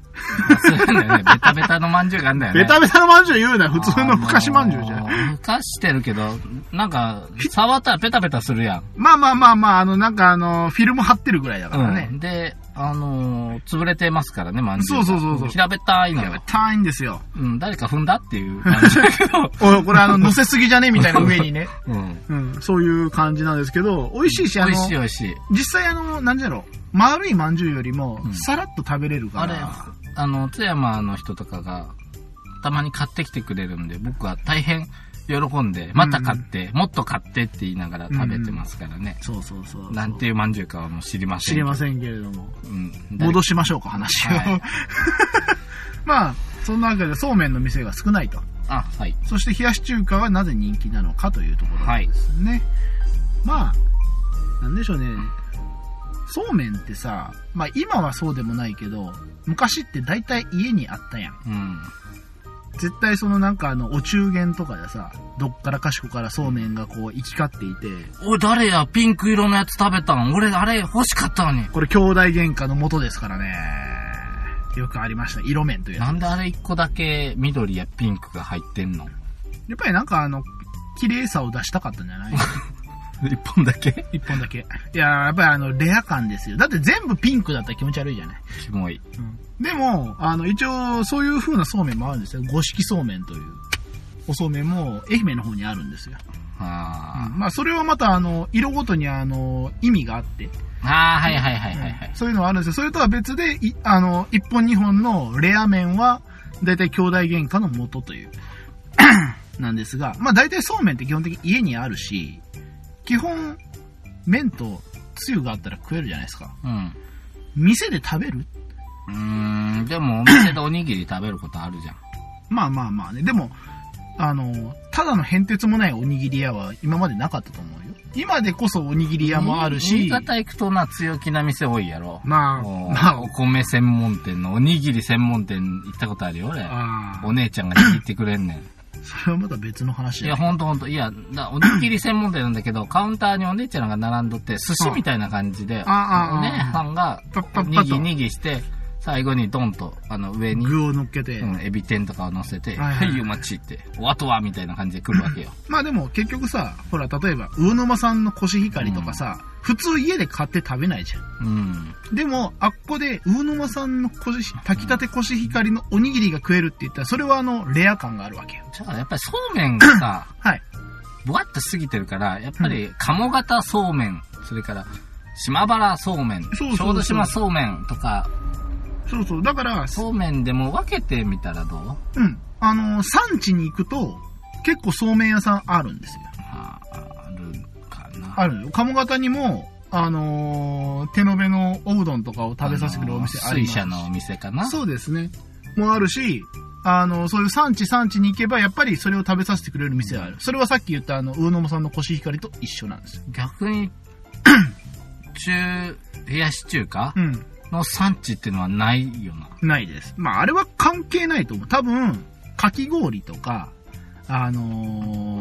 Speaker 1: 忘れたんだ よね。ベタベタのまんじゅうがあんだよね。
Speaker 2: ベタベタのまんじゅう言うな。普通のふかしまんじゅうじゃ
Speaker 1: あ
Speaker 2: ん。
Speaker 1: のーふかしてるけど、なんか、触ったらペタペタするやん。
Speaker 2: まあまあまあまあ、あの、なんかあの、フィルム貼ってるぐらいだからね。
Speaker 1: うん。で、あのー潰れてますからね、まんじゅうが。
Speaker 2: そうそうそうそう
Speaker 1: 平べったいの
Speaker 2: 平べ
Speaker 1: よ。
Speaker 2: たいんですよ。
Speaker 1: うん、誰か踏んだって いう感じだけど。
Speaker 2: おいこれあの、乗せすぎじゃねみたいな上 にね。
Speaker 1: うん。
Speaker 2: うん、そういう感じなんですけど、美味しいし、
Speaker 1: 美
Speaker 2: あの
Speaker 1: 味、しい美味しい。
Speaker 2: 実際あの、なんじゃろう、丸いまんじゅうよりも
Speaker 1: う、ん
Speaker 2: さらっと食べれるか
Speaker 1: あれ
Speaker 2: ら。、
Speaker 1: あの、津山の人とかが、たまに買ってきてくれるんで、僕は大変喜んで、また買って、もっと買ってって言いながら食べてますからね。
Speaker 2: そうそうそう。
Speaker 1: なんていうまんじゅうかはもう知りません
Speaker 2: 知
Speaker 1: け
Speaker 2: り
Speaker 1: ど。
Speaker 2: ませんけれども。
Speaker 1: うん。
Speaker 2: 戻しましょうか、話を。
Speaker 1: は い
Speaker 2: まあ、そんなわけで、そうめんの店が少ないと。
Speaker 1: あ、はい。
Speaker 2: そして、冷やし中華はなぜ人気なのかというところ
Speaker 1: はい。
Speaker 2: ですね。まあ、なんでしょうね。そうめんってさ、まあ今はそうでもないけど、昔って大体家にあったやん。
Speaker 1: うん。
Speaker 2: 絶対そのなんかあの、お中元とかでさ、どっからかしこからそうめんがこう、行き交っていて、
Speaker 1: おい、誰やピンク色のやつ食べたん俺、あれ欲しかったのに。
Speaker 2: これ兄弟喧嘩の元ですからね。よくありました。色麺というやつ
Speaker 1: なんであれ一個だけ緑やピンクが入ってんの
Speaker 2: やっぱりなんかあの、綺麗さを出したかったんじゃない
Speaker 1: 一本だけ
Speaker 2: 一本だけ。いやー、やっぱりあの、レア感ですよ。だって全部ピンクだったら気持ち悪いじゃない。
Speaker 1: キモい。
Speaker 2: でも、あの、一応、そういう風なそうめんもあるんですよ。五色そうめんという。おそうめんも、愛媛の方にあるんですよ。
Speaker 1: あ
Speaker 2: まあ、それはまた、あの、色ごとに、あの、意味があって、
Speaker 1: ー、あーはいはいはいはいはい。
Speaker 2: そういうのはあるんですよ。それとは別で、いあの、一本二本のレア麺は、だいたい兄弟喧嘩の元 という、なんですが、まあ大体そうめんって基本的に家にあるし、基本、麺とつゆがあったら食えるじゃないですか。
Speaker 1: うん。
Speaker 2: 店で食べる
Speaker 1: うーん、でもお店でおにぎり食べることあるじゃん。
Speaker 2: まあまあまあね。でも、あの、ただの変哲もないおにぎり屋は今までなかったと思うよ。今でこそおにぎり屋もある
Speaker 1: 新
Speaker 2: し、
Speaker 1: 潟行くとな、強気な店多いやろ。
Speaker 2: まあ、
Speaker 1: お
Speaker 2: まあ
Speaker 1: お、米専門店の、おにぎり専門店行ったことあるよ、俺。
Speaker 2: あ
Speaker 1: お姉ちゃんが握ってくれん ね
Speaker 2: ーそれはまた別の話
Speaker 1: ん。い
Speaker 2: だ
Speaker 1: や、
Speaker 2: よ。
Speaker 1: ほんとほんと。いや、だおにぎり専門店なんだけど、カウンターにお姉ちゃんが並んどって、寿司みたいな感じで、
Speaker 2: あああ
Speaker 1: お姉さんが
Speaker 2: パッパッパ、ッと
Speaker 1: にぎにぎして、最後にドンと、あの、上に、
Speaker 2: 具を乗っけて。
Speaker 1: うん、エビ天とかを乗せて、
Speaker 2: はい
Speaker 1: は
Speaker 2: はい
Speaker 1: い、お待ちって、お後は、みたいな感じで来るわけよ。
Speaker 2: まあでも結局さ、ほら、例えば、魚沼さんのコシヒカリとかさ、普通家で買って食べないじゃん。
Speaker 1: うん。
Speaker 2: でも、あっこで、魚沼さんのコシヒ、炊きたてコシヒカリのおにぎりが食えるって言ったら、それはあの、レア感があるわけよ。
Speaker 1: じゃあ、やっぱりそうめんが さ、
Speaker 2: はい。
Speaker 1: ぼわっとしすぎてるから、やっぱり、鴨型そうめん、それから、島原そうめん、
Speaker 2: そうそうそう
Speaker 1: 小豆島そうめんとか、
Speaker 2: そうそう。だから、
Speaker 1: そうめんでも分けてみたらどう
Speaker 2: うん。あのー産地に行くと、結構そうめん屋さんあるんですよ。
Speaker 1: ああるかな。
Speaker 2: あるよ。鴨方にも、あのー手延べのおうどんとかを食べさせてくれるお店あり
Speaker 1: 水
Speaker 2: ます。
Speaker 1: 車のお店かな。
Speaker 2: そうですね。もあるし、あの、そういう産地産地に行けば、やっぱりそれを食べさせてくれる店がある。それはさっき言った、あの、魚沼さんのコシヒカリと一緒なんですよ。
Speaker 1: 逆 に、中、冷やし中華
Speaker 2: うん。
Speaker 1: の産地ってのはないよな。
Speaker 2: ないです。まあ、あれは関係ないと思う。多分、かき氷とか、あの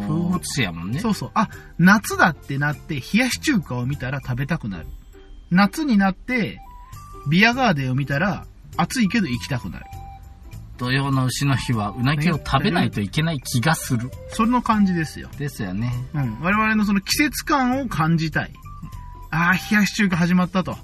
Speaker 2: ー
Speaker 1: 風物詩やもんね。
Speaker 2: そうそう。あ、夏だってなって、冷やし中華を見たら食べたくなる。夏になって、ビアガーデンを見たら、暑いけど行きたくなる。
Speaker 1: 土曜の牛の日はうなぎを食べないといけない気がする。
Speaker 2: それの感じですよ。
Speaker 1: ですよね。
Speaker 2: うん。我々のその季節感を感じたい。ああ、冷やし中華始まったと。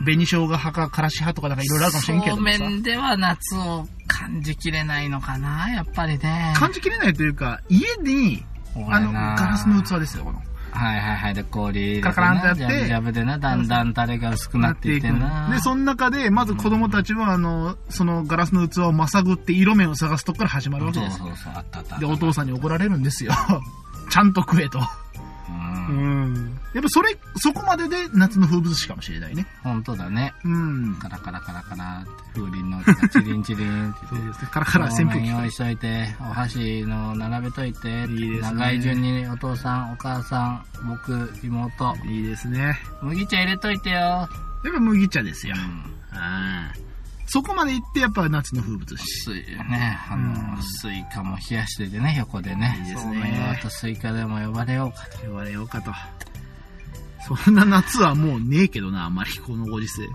Speaker 2: 紅生姜派か、からし派とかなんかいろいろあるかもしれんけど
Speaker 1: そう
Speaker 2: も
Speaker 1: め
Speaker 2: さ。
Speaker 1: んでは夏を感じきれないのかな、やっぱりね。
Speaker 2: 感じきれないというか、家に、あ
Speaker 1: 俺
Speaker 2: の、
Speaker 1: な
Speaker 2: ガラスの器ですよ、この。
Speaker 1: はいはいはい。で、氷入れてな、
Speaker 2: カカランってやっ
Speaker 1: ジャ
Speaker 2: て
Speaker 1: ブジャブでな、だんだんタレが薄くなっていってな。
Speaker 2: で、その中で、まず子供たちは、あの、そのガラスの器をまさぐって色面を探すとこから始まるわ
Speaker 1: そ
Speaker 2: け
Speaker 1: う
Speaker 2: ですよ。
Speaker 1: そうそう、あったあった。
Speaker 2: で、お父さんに怒られるんですよ。 ちゃんと食えと。
Speaker 1: うん。
Speaker 2: ん。やっぱそれ、そこまでで夏の風物詩かもしれないね。
Speaker 1: 本当だね。
Speaker 2: うん。
Speaker 1: カラカラカラカラって、風鈴の音がチリンチリンって
Speaker 2: そう
Speaker 1: 言って。
Speaker 2: ですね。からから扇風機
Speaker 1: そうめん用
Speaker 2: か
Speaker 1: 意しといて、お箸の並べといて、
Speaker 2: いいですね
Speaker 1: 長い順にお父さん、お母さん、僕、妹、
Speaker 2: いいですね。
Speaker 1: 麦茶入れといてよ。
Speaker 2: やっぱ麦茶ですよ。
Speaker 1: うん。
Speaker 2: あーそこまで行って、やっぱ夏の風物詩。
Speaker 1: 暑いよね。あの、
Speaker 2: うん
Speaker 1: スイカも冷やしててね、横でね。
Speaker 2: いいです
Speaker 1: そう
Speaker 2: ね
Speaker 1: めんがあとスイカでも呼ばれようかと。
Speaker 2: 呼ばれようかと。そんな夏はもうねえけどな、あんまりこのご時世。
Speaker 1: う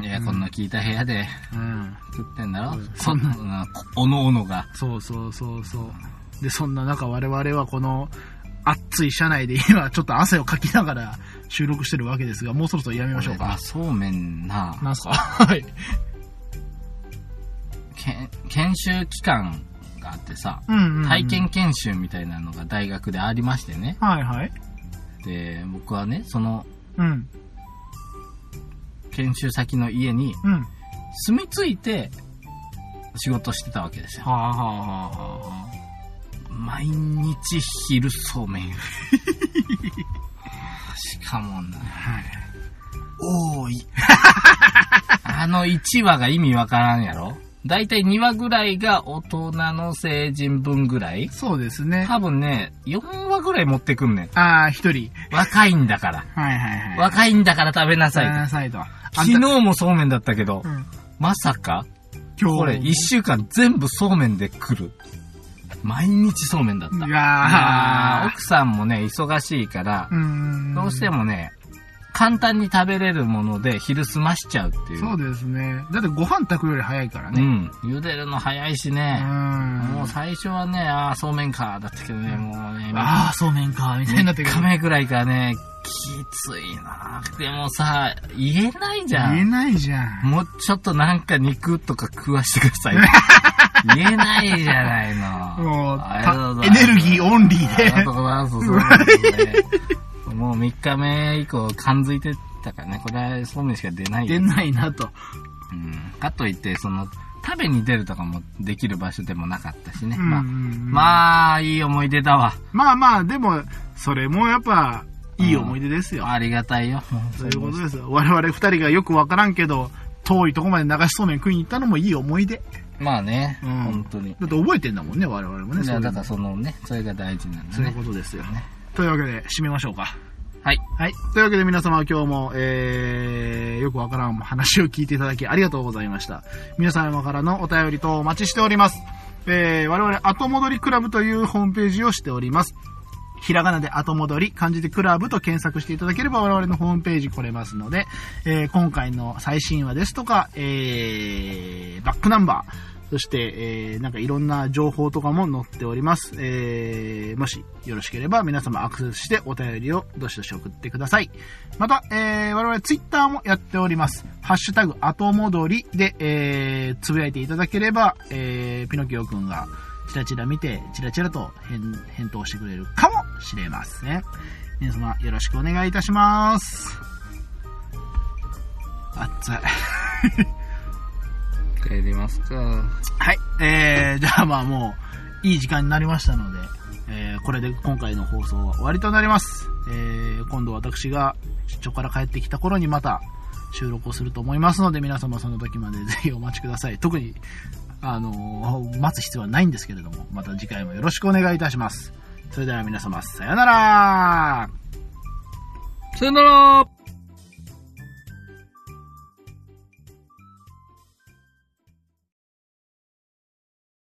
Speaker 1: ん。エアコンの効いた部屋で
Speaker 2: うん。
Speaker 1: 食ってんだろ、
Speaker 2: うん
Speaker 1: そんな、おのおのが。
Speaker 2: そうそうそうそう。で、そんな中我々はこの暑い車内で今ちょっと汗をかきながら収録してるわけですが、もうそろそろやめましょう
Speaker 1: 俺
Speaker 2: か
Speaker 1: は。そうめんな、
Speaker 2: なんすかはい。
Speaker 1: けん研修期間があってさ、
Speaker 2: うんうんうん
Speaker 1: 体験研修みたいなのが大学でありましてね。
Speaker 2: はいはい。
Speaker 1: で、僕はね、その
Speaker 2: うん。
Speaker 1: 研修先の家に
Speaker 2: うん。は
Speaker 1: 住み着いて仕事してたわけですよ。
Speaker 2: あはあはあはあ。
Speaker 1: 毎日昼そうめん。 しかもな、多い。あの1話が意味わからんやろだいたい2話ぐらいが大人の成人分ぐらい
Speaker 2: そうですね。
Speaker 1: 多分ね、4話ぐらい持ってくんねん。
Speaker 2: ああ、一人。
Speaker 1: 若いんだから。
Speaker 2: はいはいはい。
Speaker 1: 若いんだから食べなさいと。
Speaker 2: サイド。
Speaker 1: 昨日もそうめんだったけど
Speaker 2: う、ん
Speaker 1: まさか、
Speaker 2: 今日
Speaker 1: これ1週間全部そうめんで来る。毎日そうめんだった。
Speaker 2: い
Speaker 1: まあ
Speaker 2: や
Speaker 1: 奥さんもね、忙しいから
Speaker 2: ー、うん。
Speaker 1: どうしてもね、簡単に食べれるもので昼済ましちゃうっていう。
Speaker 2: そうですね。だってご飯炊くより早いから
Speaker 1: う
Speaker 2: ね。
Speaker 1: ん。茹でるの早いし
Speaker 2: う。
Speaker 1: ね。もうん最初はね、ああ、そうめんか、だったけどね、もうね、
Speaker 2: ああ、そうめんか、みたいになってく
Speaker 1: 3
Speaker 2: る
Speaker 1: 日。目ぐらいからね、きついな。でもさ、言えないじゃ
Speaker 2: 言え
Speaker 1: ん。
Speaker 2: ないじゃん。
Speaker 1: もうちょっとなんか肉とか食わしてくだ さい。言えないじゃないの。
Speaker 2: もう
Speaker 1: ありがとうご
Speaker 2: た、
Speaker 1: ざ
Speaker 2: エ
Speaker 1: います
Speaker 2: ネルギーオンリ
Speaker 1: ありがとう
Speaker 2: ー
Speaker 1: ございます。そうなんですねもう3日目以降、感づいてたからね、これはそうめんしか出ない
Speaker 2: で。
Speaker 1: よ
Speaker 2: 出ないなと。
Speaker 1: うん。かといって、その、食べに出るとかもできる場所でもなかったしね。
Speaker 2: うん
Speaker 1: ま
Speaker 2: う
Speaker 1: あ、
Speaker 2: んうん
Speaker 1: まあ、いい思い出だわ。
Speaker 2: まあまあ、でも、それもやっぱ、いい思い出ですよ。
Speaker 4: ありがたいよ。
Speaker 2: そういうことですよ。我々二人がよくわからんけど、遠いとこまで流しそうめん食いに行ったのもいい思い出。
Speaker 4: まあね、
Speaker 2: うん
Speaker 4: 本当に。
Speaker 2: だって覚えてんだもんね、我々もね。
Speaker 4: い
Speaker 2: そ
Speaker 4: や、
Speaker 2: ういうの
Speaker 4: だからそのね、それが大事なんだ
Speaker 2: そういう
Speaker 4: ね。
Speaker 2: ことですよね。というわけで、締めましょうか。
Speaker 4: はい。
Speaker 2: はい。というわけで皆様今日も、えー、よくわからん話を聞いていただきありがとうございました。皆様からのお便りとお待ちしております。えー、我々後戻りクラブというホームページをしております。ひらがなで後戻り、漢字でクラブと検索していただければ我々のホームページ来れますので、えー今回の最新話ですとか、えー、バックナンバー、そして、えー、なんかいろんな情報とかも載っております。えー、もしよろしければ皆様アクセスしてお便りをどしどし送ってください。また、えー、我々ツイッターもやっております。ハッシュタグ後戻りで、えー、つぶやいていただければ、えー、ピノキオくんがチラチラ見て、チラチラと返返答してくれるかもしれません。皆様、よろしくお願いいたします。熱い。
Speaker 4: 帰りますか。
Speaker 2: はい。えー、じゃあまあもう、いい時間になりましたので、えー、これで今回の放送は終わりとなります。えー、今度私が出張から帰ってきた頃にまた収録をすると思いますので、皆様その時までぜ ひお待ちください。特に、あのー待つ必要はないんですけれども、また次回もよろしくお願いいたします。それでは皆様、さようなら
Speaker 4: さよなら